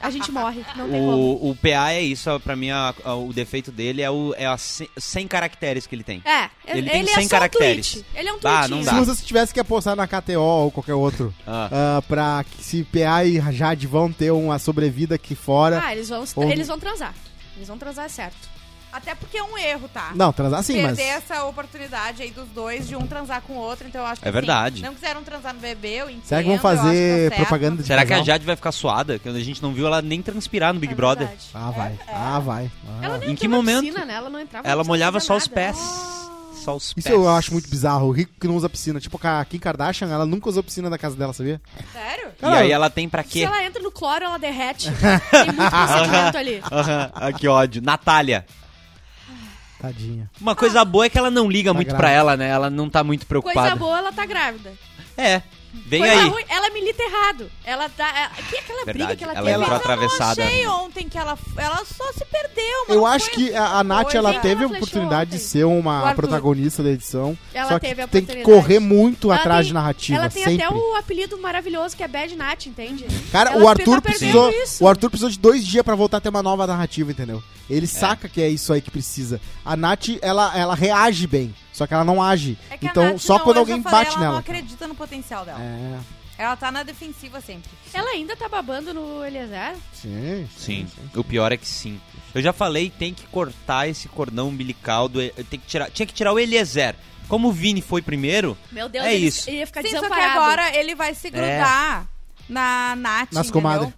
S2: a gente morre. Não tem como.
S3: O, o PA é isso, ó, pra mim a- a- o defeito dele é, o, é a ce- 100 caracteres que ele tem.
S2: É,
S3: Ele
S2: ele,
S3: tem
S2: é
S3: 100
S2: só
S3: caracteres.
S2: um tweet. Ele é um
S3: Bah,
S2: tweet.
S3: não
S4: Se
S3: dá.
S4: você tivesse que apostar na KTO ou qualquer outro,
S3: Ah.
S4: ah, pra que se PA e Jade vão ter uma sobrevida aqui fora.
S2: Ah, eles vão,
S4: Ou-
S2: eles vão transar. Eles vão transar, é certo.
S5: Até porque é um erro, tá?
S4: Não, transar sim, mas.
S5: Perder essa oportunidade aí dos dois, de um transar com o outro, então eu acho que
S3: É
S5: assim,
S3: verdade.
S5: não quiseram transar no bebê, eu entendo.
S4: Será que vão fazer propaganda de
S3: Será que a
S4: casal?
S3: Jade vai ficar suada? Que a gente não viu ela nem transpirar no Big Brother.
S2: é verdade.
S4: Ah, vai. Ah, vai. Ah.
S2: Ela nem
S3: Em que
S2: entrou na
S3: momento?
S2: Piscina, né? Ela não entrava.
S3: Ela
S2: não
S3: molhava só
S2: precisava
S3: os
S2: fazer nada.
S3: pés. Só os pés.
S4: Isso eu acho muito bizarro. O rico que não usa piscina. Tipo, a Kim Kardashian, ela nunca usou piscina na casa dela, sabia?
S5: Sério?
S3: E aí ela tem pra
S2: Se
S3: quê?
S2: ela entra no cloro, ela
S3: [LAUGHS]
S2: derrete. Tem muito procedimento ali.
S3: Aham, ah, que ódio. Natália.
S4: Tadinha.
S3: Uma coisa boa é que ela não liga
S4: Tá
S3: muito pra
S4: grávida.
S3: ela, né? Ela não tá muito preocupada.
S2: Coisa boa, ela tá grávida.
S3: É. Vem
S2: Coisa
S3: aí.
S2: ruim, ela é milita errado. Ela tá. Ela, que aquela briga
S3: Verdade.
S2: que ela,
S3: Ela é
S2: teve.
S3: entrou
S2: Ela-
S3: atravessada.
S5: Eu achei ontem que ela, ela só se perdeu, mas
S4: Eu
S5: não
S4: acho
S5: foi
S4: que a, a Nath,
S5: Foi,
S4: ela
S5: gente.
S4: teve a
S2: Ela flechou
S4: oportunidade de
S2: ontem.
S4: ser uma
S5: Arthur.
S4: protagonista da edição.
S2: Ela
S4: só que
S2: teve a
S4: tem que
S2: oportunidade.
S4: correr muito
S2: ela
S4: atrás
S2: tem-
S4: de narrativa,
S2: Ela tem
S4: sempre.
S2: até o apelido maravilhoso que é Bad Nat, entende?
S4: Cara,
S2: ela
S4: o
S2: pe- tá
S4: Arthur
S2: perdendo
S4: precisou,
S2: isso.
S4: o Arthur precisou de dois dias pra voltar a ter uma nova narrativa, entendeu? Ele saca que é isso aí que precisa. A Nath, ela, ela reage bem, só que ela não age.
S5: É que a
S4: então,
S5: Nath
S4: só
S5: não,
S4: quando
S5: eu
S4: alguém
S5: já falei,
S4: bate
S5: ela não
S4: nela.
S5: acredita no potencial dela.
S4: É,
S5: Ela tá na defensiva sempre.
S2: Ela ainda tá babando no Eliezer.
S4: sim.
S3: Sim. O pior é que sim. Eu já falei, tem que cortar esse cordão umbilical do. Tem que tirar, tinha que tirar o Eliezer. Como o Vini foi primeiro,
S2: Meu Deus,
S3: É
S2: ele,
S3: isso.
S2: ele ia ficar
S5: Sim, só que
S2: desamparado.
S5: agora ele vai se grudar na Nath,
S4: É. Nas
S5: entendeu?
S4: comadres.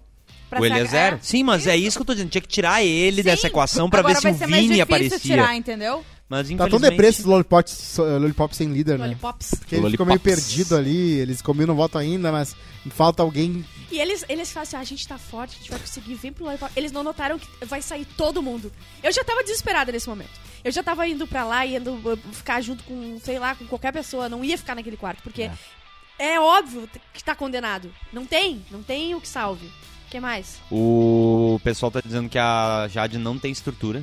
S5: Pra
S3: o
S5: se ag-
S3: Eliezer.
S5: é.
S3: Sim, mas é isso que eu tô dizendo. Tinha que tirar ele
S5: Sim,
S3: dessa equação pra
S5: agora
S3: ver se
S5: vai
S3: o
S5: ser mais
S3: Vini
S5: difícil
S3: aparecia.
S5: tirar, entendeu?
S3: Mas
S4: Tá tão
S3: infelizmente.
S4: depresso esse lollipop, eh, lollipop sem líder, né?
S2: Lollipops.
S4: Porque ele ficou meio
S3: Lollipops.
S4: perdido ali, eles combinam voto ainda, mas falta alguém.
S2: E eles, eles falam assim: ah, a gente tá forte, a gente vai conseguir, vem pro Lollipop. Eles não notaram que vai sair todo mundo. Eu já tava desesperada nesse momento. Eu já tava indo pra lá e indo uh, ficar junto com, sei lá, com qualquer pessoa. Não ia ficar naquele quarto, porque é, óbvio que tá condenado. Não tem, não tem o que salve. O que mais?
S3: O pessoal tá dizendo que a Jade não tem estrutura.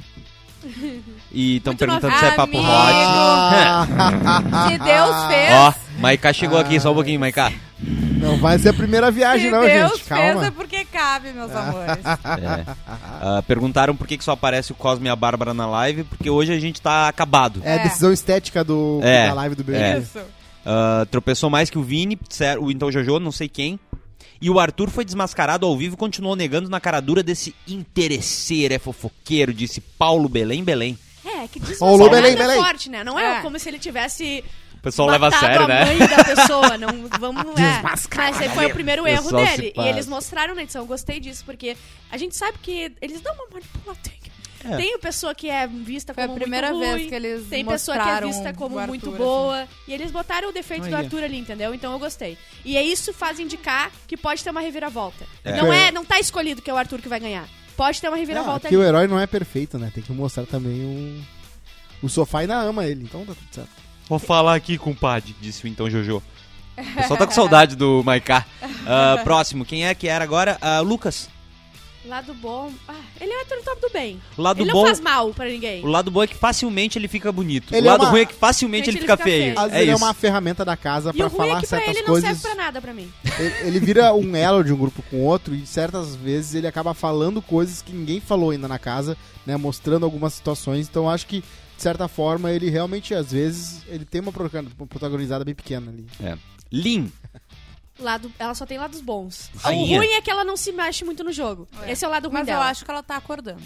S3: E estão
S2: Muito
S3: perguntando
S2: nova.
S3: se é papo
S5: Amigo.
S3: hot.
S4: Ah,
S5: Se
S4: [LAUGHS]
S5: Deus fez,
S3: Ó, Maiká chegou aqui, só um pouquinho, Maiká.
S4: Não vai ser a primeira viagem,
S5: se
S4: não, gente.
S5: Deus fez é
S4: Calma. Ah.
S5: porque cabe, meus amores.
S3: É. Ah, perguntaram por que, que só aparece o Cosme e a Bárbara na live, porque hoje a gente tá acabado.
S4: É a decisão estética do,
S3: É.
S4: da live do BBB.
S3: É.
S5: Isso.
S3: Ah, tropeçou mais que o Vini, disseram- o então Jojo, não sei quem. E o Arthur foi desmascarado ao vivo e continuou negando na cara dura desse interesseiro, é fofoqueiro, disse Paulo Belém Belém.
S2: É, que
S4: Ô, Lu,
S2: desmascarado
S4: Belém,
S2: é
S4: Belém.
S2: forte, né? Não é,
S5: É.
S2: como se ele tivesse
S3: O pessoal
S2: matado
S3: leva a sério, né?
S2: mãe da pessoa.
S3: [LAUGHS]
S2: Não, vamos, é. Mas aí foi o primeiro erro
S3: Pessoal se
S2: dele. E
S3: passa.
S2: eles mostraram na edição. Eu gostei disso, porque a gente sabe que eles dão uma manipulada.
S3: É.
S2: Tem pessoa que é vista
S5: Foi
S2: como
S5: a primeira
S2: muito
S5: vez
S2: ruim,
S5: que eles
S2: Tem pessoa que é
S5: mostraram
S2: vista como
S5: o Arthur,
S2: muito
S5: assim.
S2: boa. E eles botaram o defeito
S3: Aí,
S2: do
S3: ó.
S2: Arthur ali, entendeu? Então eu gostei. E é isso faz indicar que pode ter uma reviravolta.
S3: É.
S2: Não é, não tá escolhido que é o Arthur que vai ganhar. Pode ter uma reviravolta
S4: porque
S2: ali.
S4: o herói não é perfeito, né? Tem que mostrar também o. O sofá ainda ama ele, então tá tudo certo.
S3: Vou falar aqui, compadre, disse o então Jojo. O pessoal
S2: [LAUGHS]
S3: tá com saudade do Maiká. Ah, próximo, quem é que era agora? Ah, Lucas.
S2: Lado bom. Ah, ele é o Arthur top do bem.
S3: O lado
S2: ele
S3: bom.
S2: não faz mal pra ninguém.
S3: O lado bom é que facilmente ele fica bonito. o
S4: Ele é
S3: lado
S4: uma-
S3: ruim é que facilmente ele
S2: Gente,
S3: fica, feio.
S4: Às
S3: É
S4: vezes é
S3: isso.
S4: uma ferramenta da casa
S2: E o
S4: pra
S2: ruim é
S4: falar
S2: que pra ele
S4: certas
S2: não
S4: coisas.
S2: serve pra nada pra mim.
S4: Ele, ele vira um elo de um grupo com outro e certas vezes ele acaba falando coisas que ninguém falou ainda na casa, né? Mostrando algumas situações. Então acho que, de certa forma, ele realmente, às vezes, ele tem uma proca- uma protagonizada bem pequena ali.
S3: Lin.
S2: Lado, ela só tem lados bons.
S3: Rainha.
S2: O ruim é que ela não se mexe muito no jogo.
S5: É.
S2: Esse é o lado ruim
S5: Mas eu
S2: dela.
S5: acho que ela tá acordando.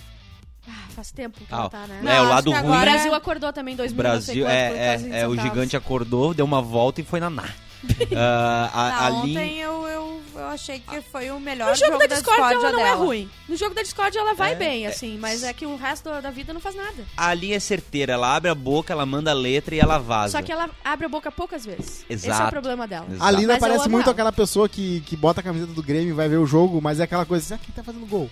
S2: Ah, faz tempo que
S3: Ah,
S2: ela
S3: ó.
S2: tá, né?
S5: Não,
S3: é, o
S5: acho
S3: lado
S5: que
S3: ruim.
S2: O
S5: agora-
S2: Brasil acordou também em 2000, não sei
S3: Brasil,
S2: quanto, tá. por
S3: é,
S2: causa de
S3: é, é, o
S2: centavos.
S3: gigante acordou, deu uma volta e foi na Ná.
S2: [LAUGHS]
S3: Ah, a, a
S5: Não,
S3: Lin-
S5: ontem eu, eu, eu achei que foi o melhor
S2: No jogo da Discord
S5: discórdia
S2: ela não é
S5: dela.
S2: ruim. No jogo da Discord ela vai
S3: É,
S2: bem,
S3: é.
S2: assim, mas é que o resto da vida não faz nada.
S3: a Lin é certeira, ela abre a boca, ela manda a letra e ela vaza.
S2: Só que ela abre a boca poucas vezes. Esse é
S3: Exato.
S2: o problema dela.
S3: Exato.
S4: A Lina
S2: Mas eu
S4: parece
S2: amo
S4: muito
S2: ela.
S4: aquela pessoa que, que bota a camiseta do Grêmio e vai ver o jogo, mas é aquela coisa assim, ah, quem tá fazendo gol?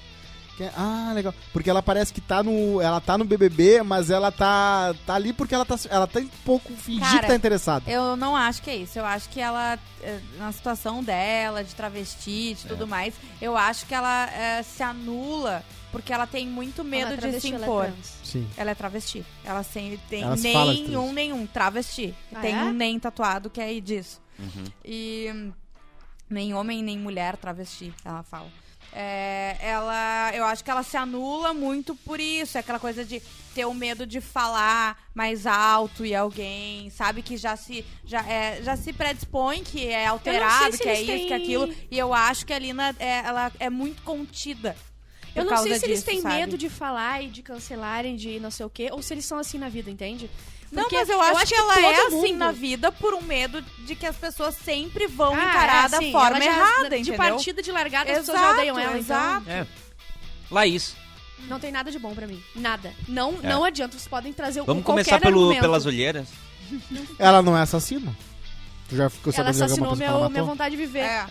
S4: Quem- Ah, legal. Porque ela parece que tá no. Ela tá no BBB, mas ela tá. tá ali porque ela tá. Ela tá um pouco fingir
S5: Cara,
S4: que tá interessada.
S5: Eu não acho que é isso. Eu acho que ela, eh, na situação dela, de travesti, de tudo mais, eu acho que ela eh, se anula porque ela tem muito medo
S2: Ela é
S5: de
S2: travesti,
S5: se
S2: ela é
S5: impor.
S2: trans.
S4: Sim.
S5: Ela é travesti. Ela sem, tem
S4: Ela se fala de
S5: nenhum,
S4: travesti.
S5: nenhum travesti.
S2: Ah,
S5: tem
S2: é?
S5: um nem tatuado que é disso.
S4: Uhum.
S5: E hum, nem homem, nem mulher travesti, ela fala. É, ela, eu acho que ela se anula muito por isso. É aquela coisa de ter o medo de falar mais alto e alguém, sabe? Que já se, já, é, já se predispõe que é
S2: se
S5: alterado, que
S2: eles
S5: é isso, que é
S2: têm-
S5: aquilo. E eu acho que a Lina é, ela é muito contida. por
S2: Eu não
S5: causa
S2: sei se eles
S5: disso,
S2: têm
S5: sabe?
S2: medo de falar e de cancelarem, de não sei o quê, ou se eles são assim na vida, entende?
S5: Não,
S2: Porque
S5: mas eu acho, que ela
S2: todo
S5: é assim
S2: mundo-
S5: na vida por um medo de que as pessoas sempre vão
S2: Ah,
S5: encarar
S2: é,
S5: da
S2: sim,
S5: forma
S2: ela já-
S5: errada,
S2: De
S5: entendeu?
S2: partida de largada, as pessoas já odeiam ela,
S5: exato.
S3: É. Laís,
S2: então não tem nada de bom pra mim. Nada. Não,
S3: É.
S2: não adianta, vocês podem trazer
S3: vamos
S2: qualquer
S3: começar pelo,
S2: argumento.
S3: pelas olheiras.
S4: Ela não é assassina. Tu já ficou
S2: Ela
S4: sabendo de alguma
S2: assassinou
S4: pessoa que
S2: meu-
S4: ela
S2: minha
S4: matou?
S2: vontade de viver.
S5: É.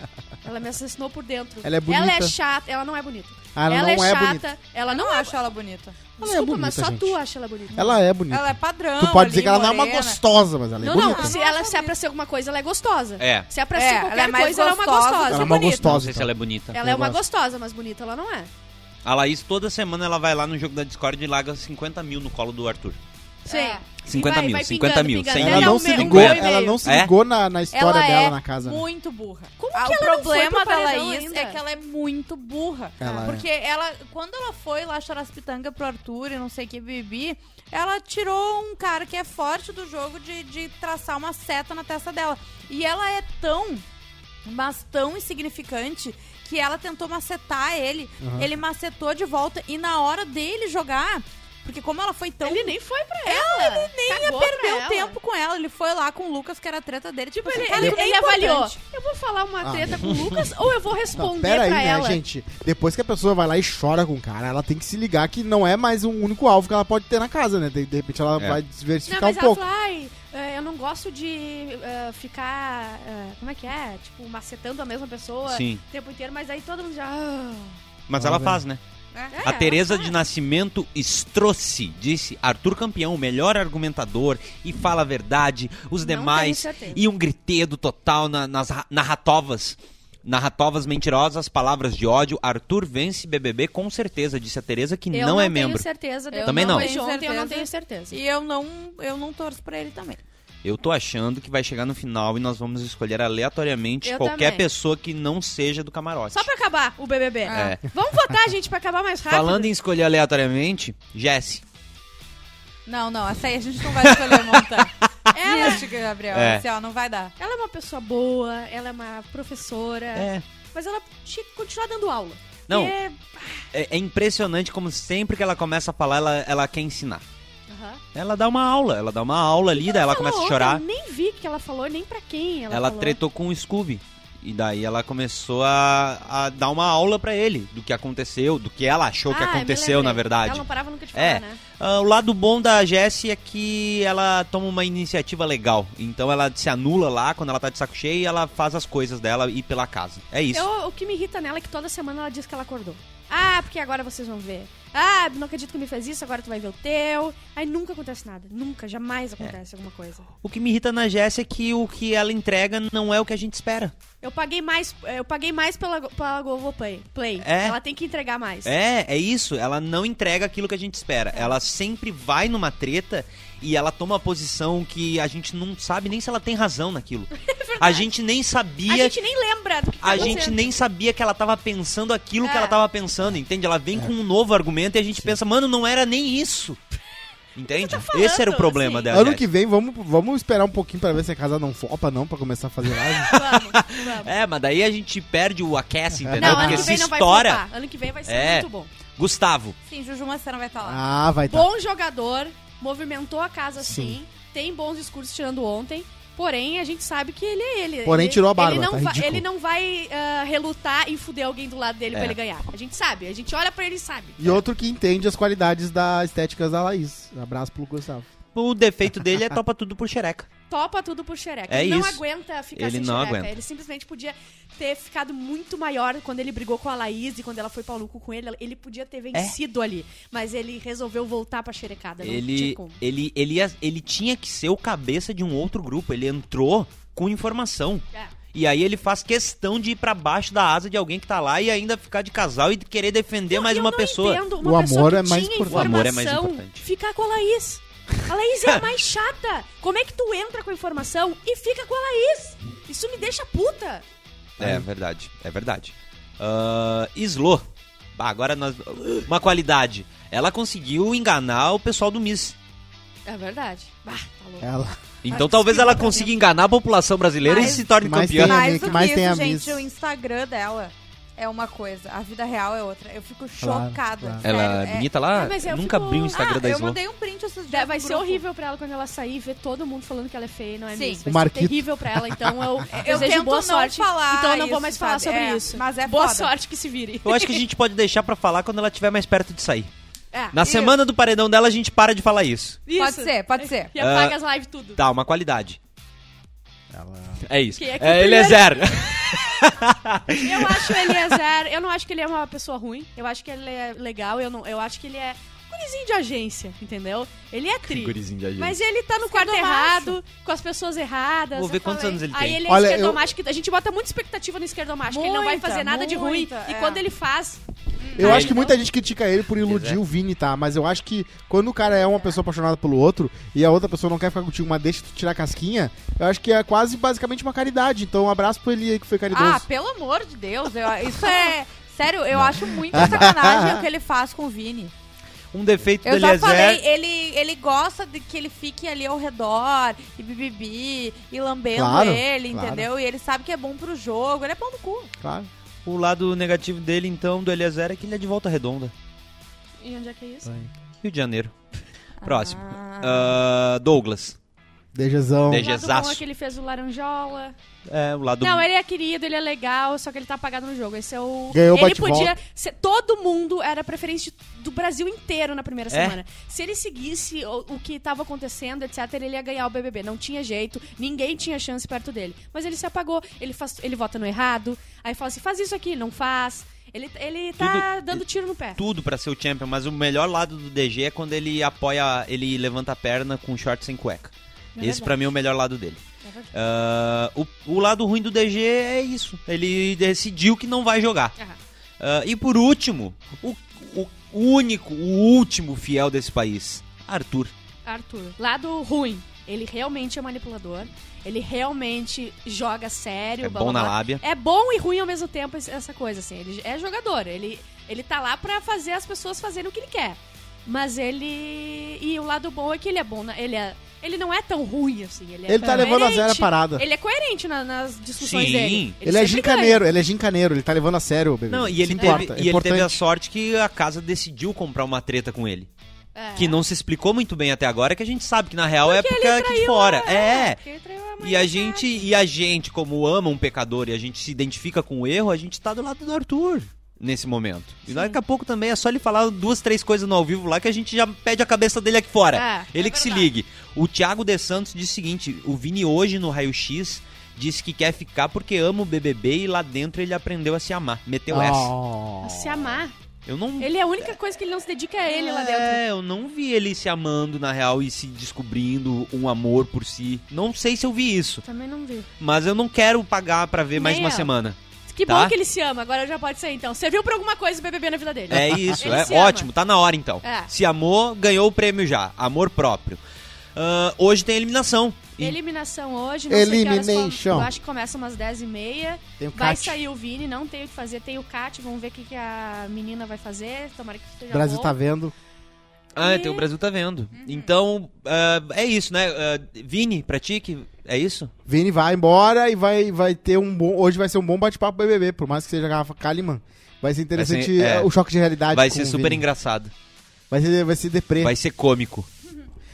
S2: Ela me assassinou por dentro.
S4: Ela é bonita.
S2: Ela é chata. Ela não é bonita.
S4: Ah, ela, não
S2: é,
S4: é,
S2: chata.
S4: bonita.
S2: Ela
S5: Eu
S2: não
S5: não
S2: é.
S5: acho ela bonita.
S4: Ela é
S2: Desculpa, mas
S4: bonita,
S2: só
S4: gente.
S2: tu acha ela bonita.
S4: Ela é bonita.
S5: Ela é padrão.
S4: tu pode
S5: ali,
S4: dizer que ela não é uma
S5: morena.
S4: gostosa, mas ela é
S2: Não,
S4: bonita.
S2: não. Se ela se é pra ser alguma coisa, ela é gostosa.
S3: É.
S2: Se é pra
S5: É,
S2: ser
S5: ela
S2: qualquer
S5: é mais
S2: coisa, ela é uma
S5: gostosa
S2: gostosa.
S5: do
S4: Ela é uma
S5: bonita.
S3: Não
S4: gostosa.
S3: sei se ela é bonita.
S2: Ela é uma
S4: gosto.
S2: gostosa, mas bonita ela não é.
S3: A Laís, toda semana, ela vai lá no jogo da Discord e larga 50 mil no colo do Arthur.
S2: Sim.
S5: É.
S3: 50
S2: Vai-
S3: mil,
S2: vai
S3: 50
S2: pingando,
S3: mil,
S2: pingando.
S3: 100
S4: Ela
S3: mil.
S2: é
S4: não
S2: um
S4: se
S2: meio- um
S4: ligou,
S2: meio e
S4: ela
S2: meio.
S4: não se
S3: É?
S4: ligou na, na história
S5: Ela
S4: dela
S5: é
S4: na casa. né?
S5: Muito burra.
S2: Como
S5: Ah,
S2: que
S5: o
S2: ela não foi
S5: problema
S2: pro
S5: da
S2: paredão
S5: Laís
S2: ainda?
S5: é que ela é muito burra.
S4: Ela é.
S5: porque ela, quando ela foi lá chorar as pitangas pro Arthur e não sei o que bebi, ela tirou um cara que é forte do jogo de, de traçar uma seta na testa dela. E ela é tão, mas tão insignificante que ela tentou macetar ele.
S4: Uhum.
S5: Ele macetou de volta e na hora dele jogar, porque como ela foi tão
S2: Ele nem foi pra ela. Ele nem ia
S5: perdeu tempo com ela. Ele foi lá com o Lucas, que era a treta dele. Tipo, assim,
S2: Ele,
S5: ela
S2: ele-
S5: nem
S2: ele
S5: é
S2: avaliou.
S5: importante.
S2: Eu vou falar uma
S4: Ah.
S2: treta com o Lucas ou eu vou
S4: Não,
S2: responder
S4: pera aí,
S2: pra
S4: né,
S2: ela?
S4: gente? Depois que a pessoa vai lá e chora com o cara, ela tem que se ligar que não é mais o único alvo que ela pode ter na casa, né? De, de repente ela
S3: É.
S4: vai
S2: Não,
S4: diversificar
S2: mas
S4: um
S2: ela
S4: pouco.
S2: falou, ai, é, eu não gosto de é, ficar. é, como é que é? Tipo, macetando a mesma pessoa
S3: Sim.
S2: o tempo inteiro, mas aí todo mundo já. ah.
S3: Mas
S4: Ah,
S3: ela
S4: velho.
S3: faz, né?
S5: É.
S2: É,
S3: A Teresa
S2: ela
S3: de Nascimento Strossi disse: Arthur Campeão, o melhor argumentador e fala a verdade, os
S2: Não
S3: demais.
S2: tenho certeza.
S3: E um gritedo total na- nas ra- narratovas. Narratovas mentirosas, palavras de ódio. Arthur vence BBB com certeza, disse a Teresa, que
S2: Eu
S3: não, é
S2: não tenho
S3: membro.
S2: certeza.
S5: Eu
S3: Também não.
S2: depois de
S5: tenho
S2: ontem, eu não
S5: certeza.
S2: tenho certeza.
S5: E eu não, eu não torço pra ele também.
S3: Eu tô achando que vai chegar no final e nós vamos escolher aleatoriamente
S2: Eu
S3: qualquer
S2: também.
S3: pessoa que não seja do camarote.
S2: Só pra acabar o BBB.
S5: [LAUGHS] Ah.
S3: É.
S2: Vamos votar, gente, pra acabar mais rápido.
S3: Falando em escolher aleatoriamente, Jesse.
S5: Não, não, essa aí a gente não vai
S2: [LAUGHS]
S5: escolher montar. Ela, Chica Gabriel,
S3: É.
S5: assim, ó, não vai dar.
S2: Ela é uma pessoa boa, ela é uma professora,
S3: É.
S2: mas ela tinha que continuar dando aula.
S3: Não,
S2: Porque-
S3: é, é impressionante como sempre que ela começa a falar, ela, ela quer ensinar.
S2: Aham.
S3: Ela dá uma aula, ela dá uma aula ali, daí ela
S2: Falou
S3: começa a
S2: ontem,
S3: chorar.
S2: Eu nem vi o que ela falou, nem pra quem ela,
S3: Ela,
S2: falou.
S3: tretou com o Scooby. E daí ela começou a, a dar uma aula pra ele do que aconteceu, do que ela achou
S2: Ah,
S3: que
S2: eu me
S3: aconteceu,
S2: lembrei.
S3: na
S2: Ela
S3: verdade.
S2: não parava nunca de falar,
S3: É.
S2: né?
S3: Ah, o lado bom da Jessie é que ela toma uma iniciativa legal. Então ela se anula lá quando ela tá de saco cheio e ela faz as coisas dela e pela casa. É isso.
S2: Eu, o que me irrita nela é que toda semana ela diz que ela acordou. Ah, porque agora vocês vão ver. Ah, não acredito que me fez isso, agora tu vai ver o teu. Aí nunca acontece nada. Nunca, jamais acontece
S3: É.
S2: alguma coisa.
S3: O que me irrita na Jessie é que o que ela entrega não é o que a gente espera.
S2: Eu paguei mais, eu paguei mais pela, Go- pela Globo Play. Play.
S3: É.
S2: Ela tem que entregar mais.
S3: É, é isso. Ela não entrega aquilo que a gente espera.
S2: É.
S3: Ela sempre vai numa treta e ela toma uma posição que a gente não sabe nem se ela tem razão
S2: [LAUGHS]
S3: naquilo. a gente nem sabia.
S2: É A gente nem lembra do que tá
S3: a gente
S2: acontecendo.
S3: nem sabia que ela tava pensando aquilo que
S2: É.
S3: ela tava pensando, entende? Ela vem com um novo argumento e a gente pensa, mano, não era nem isso. Entende? Esse era o
S2: tá falando,
S3: problema
S2: assim?
S3: dela.
S4: Ano
S3: Jéssica.
S4: que vem, vamos, vamos esperar um pouquinho pra ver se a casa não flopa, não, pra começar a fazer
S2: [LAUGHS]
S4: live.
S2: Vamos,
S3: [LAUGHS]
S2: vamos.
S3: É, mas daí a gente perde o aquece, entendeu?
S2: Não, ano
S3: Porque
S2: que
S3: se
S2: vem não vai
S3: estoura.
S2: flopar. Ano que vem vai ser
S3: É.
S2: muito bom.
S3: Gustavo,
S5: Sim, Juju Massana vai estar lá.
S4: ah, vai tá.
S2: Bom jogador, movimentou a casa sim. tem bons discursos tirando ontem. Porém, a gente sabe que ele é ele.
S4: Porém,
S2: Ele-
S4: tirou a barba,
S2: Ele não,
S4: tá
S2: vai,
S4: ridículo.
S2: ele não vai ah, relutar em fuder alguém do lado dele
S3: É.
S2: pra ele ganhar. A gente sabe, a gente olha pra ele e sabe.
S4: E outro que entende as qualidades da estéticas da Laís. Abraço pro Gustavo.
S3: o defeito dele é topa tudo por xereca.
S2: Topa tudo por xereca.
S3: É
S2: ele não
S3: isso.
S2: aguenta ficar
S3: Ele
S2: sem
S3: não
S2: xereca.
S3: aguenta.
S2: Ele simplesmente podia ter ficado muito maior quando ele brigou com a Laís e quando ela foi pau no cu com ele. Ele podia ter vencido ali. Mas ele resolveu voltar pra xerecada. Não tinha
S3: Ele,
S2: como.
S3: ele, ele, ia- ele tinha que ser o cabeça de um outro grupo. Ele entrou com informação.
S2: É.
S3: E aí ele faz questão de ir pra baixo da asa de alguém que tá lá e ainda ficar de casal e querer defender É mais
S2: eu
S3: uma
S2: não
S3: pessoa.
S2: entendo uma
S4: O
S2: pessoa
S4: amor
S2: que
S4: é mais
S2: tinha
S4: importante.
S3: O amor é mais
S2: informação
S3: importante.
S2: Ficar com a Laís. A Laís é a
S3: [LAUGHS]
S2: mais chata. Como é que tu entra com a informação e fica com a Laís? Isso me deixa puta.
S4: Né?
S3: É verdade, é verdade. Ah, Islo. Bah, agora nós. Uma qualidade. Ela conseguiu enganar o pessoal do Miss.
S2: É verdade. Bah, tá louco.
S4: Ela. Ah,
S3: Então talvez ela consiga enganar a população brasileira
S5: Mas-
S3: e se torne
S4: tá Mas
S2: Ah,
S3: campeã.
S4: tem-
S5: Mais
S4: que
S5: do que
S4: mais tem
S5: isso,
S4: aviso.
S5: gente, o Instagram dela é uma coisa, a vida real é outra. Eu fico
S4: Claro,
S5: chocada.
S4: claro.
S5: sério,
S3: Ela é
S5: é-
S3: bonita lá?
S2: Ah, mas eu
S3: Nunca
S2: fico-
S3: abri o Instagram
S5: ah,
S3: da
S5: eu
S3: Slow.
S5: mandei um print esses
S2: Da-
S5: dias.
S2: É, Vai
S5: no
S2: ser
S5: grupo.
S2: horrível pra ela quando ela sair e ver todo mundo falando que ela é feia e não é
S5: Sim.
S2: mesmo.
S4: O
S2: Vai ser
S4: Marquito.
S2: terrível pra ela. Então eu, eu,
S5: [LAUGHS] Eu
S2: desejo
S5: tento
S2: boa
S5: não
S2: sorte.
S5: falar
S2: então eu não vou
S5: isso,
S2: mais falar
S5: sabe?
S2: sobre
S5: É,
S2: isso.
S5: mas é
S2: boa
S5: foda.
S2: sorte que se vire.
S3: Eu acho que a gente pode deixar pra falar quando ela estiver mais perto de sair.
S2: É,
S3: Na semana do paredão dela, a gente para de falar isso.
S2: isso.
S5: Pode ser, pode ser.
S2: E apaga as lives tudo.
S3: Tá, uma qualidade. É isso.
S2: Quem é que
S3: É, ele é zero.
S2: Eu acho ele é zero. Eu não acho que ele é uma pessoa ruim. Eu acho que ele é legal. Eu, não, eu acho que ele é um gurizinho de agência, entendeu? Ele é tri.
S3: [LAUGHS] Gurizinho de agência.
S2: Mas ele tá no quarto
S5: Esquerdomacho.
S2: errado, com as pessoas erradas.
S3: Vou ver
S2: eu
S3: quantos
S2: falei.
S3: anos ele
S2: Aí
S3: tem.
S2: ele é
S4: Olha,
S2: esquerdomacho. que A gente bota muita expectativa no esquerdomacho, que ele não vai
S5: Muita,
S2: fazer nada de ruim.
S5: muita,
S2: E
S5: é.
S2: quando ele faz...
S4: Eu
S2: Aí,
S4: acho que
S2: então-
S4: muita gente critica ele por iludir
S3: Pois é.
S4: o Vini, tá? Mas eu acho que quando o cara é uma pessoa apaixonada pelo outro e a outra pessoa não quer ficar contigo, mas deixa tu tirar a casquinha, eu acho que é quase basicamente uma caridade. Então um abraço pro Eli aí que foi
S5: Ah,
S4: caridoso.
S5: pelo amor de Deus, eu-
S2: [LAUGHS]
S5: isso é. Sério, eu acho muito sacanagem o que ele faz com o Vini.
S3: Um defeito
S5: Eu
S3: dele
S5: já
S3: é
S5: falei,
S3: zero.
S5: ele, ele gosta de que ele fique ali ao redor e bibibi e lambendo
S4: Claro,
S5: ele,
S4: claro.
S5: entendeu? E ele sabe que é bom pro jogo, ele é bom no cu.
S2: Ah.
S4: claro.
S3: O lado negativo dele, então, do Eliezer é que ele é de volta redonda.
S2: E onde é que é isso?
S3: Rio de Janeiro. Próximo.
S5: Ah.
S3: Ah, Douglas.
S4: Dejezão.
S3: Deje-
S2: O lado bom é
S3: Jezaço.
S2: que ele fez o Laranjola.
S3: É, o lado.
S2: Não, ele é querido, ele é legal, só que ele tá apagado no jogo. Esse é o.
S4: Ganhou o
S2: ele
S4: bate-volta.
S2: podia. ser- todo mundo era preferência de- do Brasil inteiro na primeira
S3: É?
S2: semana. Se ele seguisse o, o que tava acontecendo, etc., ele ia ganhar o BBB. Não tinha jeito, ninguém tinha chance perto dele. Mas ele se apagou, ele, faz, ele vota no errado, aí fala assim: faz isso aqui, não faz. Ele, ele tá
S3: Tudo-
S2: dando tiro no pé.
S3: Tudo pra ser o champion, mas o melhor lado do DG é quando ele apoia, ele levanta a perna com short sem cueca. Esse pra mim é o melhor lado dele. Ah, o, o lado ruim do DG é isso. Ele decidiu que não vai jogar.
S2: Aham.
S3: Ah, e por último, o, o único, o último fiel desse país, Arthur.
S2: Arthur. Lado ruim. Ele realmente é manipulador. Ele realmente joga sério.
S3: É bom na lábia.
S2: É bom e ruim ao mesmo tempo esse- essa coisa, assim. Ele é jogador. Ele, ele tá lá pra fazer as pessoas fazerem o que ele quer. Mas ele... E o lado bom é que ele é bom. na- Ele é... Ele não é tão ruim, assim. Ele, é
S4: Ele tá levando a
S2: coerente.
S4: zero a parada.
S2: Ele é coerente na- nas discussões
S3: Sim.
S2: dele.
S4: Ele é
S2: sempre ganha.
S4: gincaneiro, ele é gincaneiro, ele tá levando a sério o bebê.
S3: Não, e ele,
S4: Se
S3: teve,
S4: importa, é
S3: e ele teve a
S4: importante.
S3: sorte que a casa decidiu comprar uma treta com ele.
S2: É.
S3: Que não se explicou muito bem até agora, que a gente sabe que na real é porque
S2: ele
S3: é aqui de
S2: traiu
S3: fora.
S2: a-
S3: É.
S2: Ah, porque ele traiu a mãe
S3: E a
S2: da
S3: gente, e a gente, como ama um pecador e a gente se identifica com o erro, a gente tá do lado do Arthur nesse momento. E daqui a pouco também é só ele falar duas, três coisas no ao vivo lá que a gente já pede a cabeça dele aqui fora.
S2: É,
S3: ele
S2: é
S3: que se
S2: verdade.
S3: ligue. O Thiago De Santos disse o seguinte: o Vini hoje no Raio X disse que quer ficar porque ama o BBB e lá dentro ele aprendeu a se amar. Meteu essa.
S4: Oh.
S2: Se amar.
S3: Eu não
S2: Ele é a única coisa que ele não se dedica a ele lá dentro.
S3: é, eu não vi ele se amando na real e se descobrindo um amor por si. Não sei se eu vi isso,
S2: Também não vi.
S3: mas eu não quero pagar pra ver mais
S2: Nem
S3: uma
S2: eu.
S3: semana.
S2: Que
S3: Tá?
S2: bom que ele se ama, agora já pode sair então. Serviu pra alguma coisa o BBB na vida dele.
S3: É isso,
S2: Ele
S3: é
S2: se ama.
S3: ótimo, tá na hora então.
S2: É.
S3: Se amou, ganhou o prêmio já. Amor próprio. Ah, hoje tem eliminação. E
S2: Eliminação hoje, não sei que horas,
S4: Elimination.
S2: eu acho que começa umas 10h30.
S4: Tem o
S2: Vai
S4: Cat.
S2: sair o Vini, não tem o que fazer, tem o Cat, vamos ver o que, que a menina vai fazer. Tomara que
S4: O
S2: esteja
S4: Brasil
S2: bom.
S4: tá vendo.
S3: Ah, então o Brasil tá vendo. Então, ah, é isso, né? Ah, Vini, pra ti, que é isso?
S4: Vini vai embora e vai, vai ter um bom. Hoje vai ser um bom bate-papo pro BBB, por mais que seja a garrafa Kaliman. Vai ser interessante
S3: Vai ser, é.
S4: eh, o choque de realidade.
S3: Vai
S4: com
S3: ser
S4: o
S3: super
S4: Vini.
S3: engraçado.
S4: Vai ser, vai ser deprê.
S3: Vai ser cômico.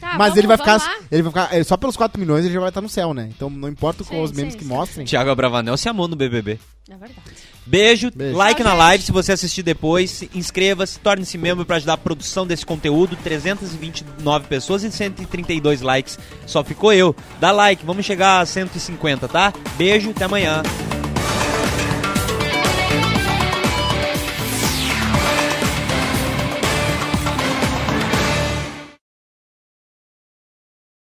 S2: Tá,
S4: Mas
S2: vamos-
S4: ele vai ficar.
S2: vamos lá.
S4: Ele vai ficar. eh, Só pelos 4 milhões ele já vai estar no céu, né? Então não importa com
S2: Sim,
S4: os memes
S2: sim,
S4: que
S2: sim.
S4: mostrem.
S3: Tiago Abravanel se amou no BBB.
S2: É verdade.
S3: Beijo,
S4: Beijo.
S3: like
S2: Tchau,
S3: na
S2: gente.
S3: live se você assistir depois, inscreva-se, torne-se membro pra ajudar a produção desse conteúdo. 329 pessoas e 132 likes. Só ficou eu. Dá like, vamos chegar a 150, tá? Beijo, até amanhã.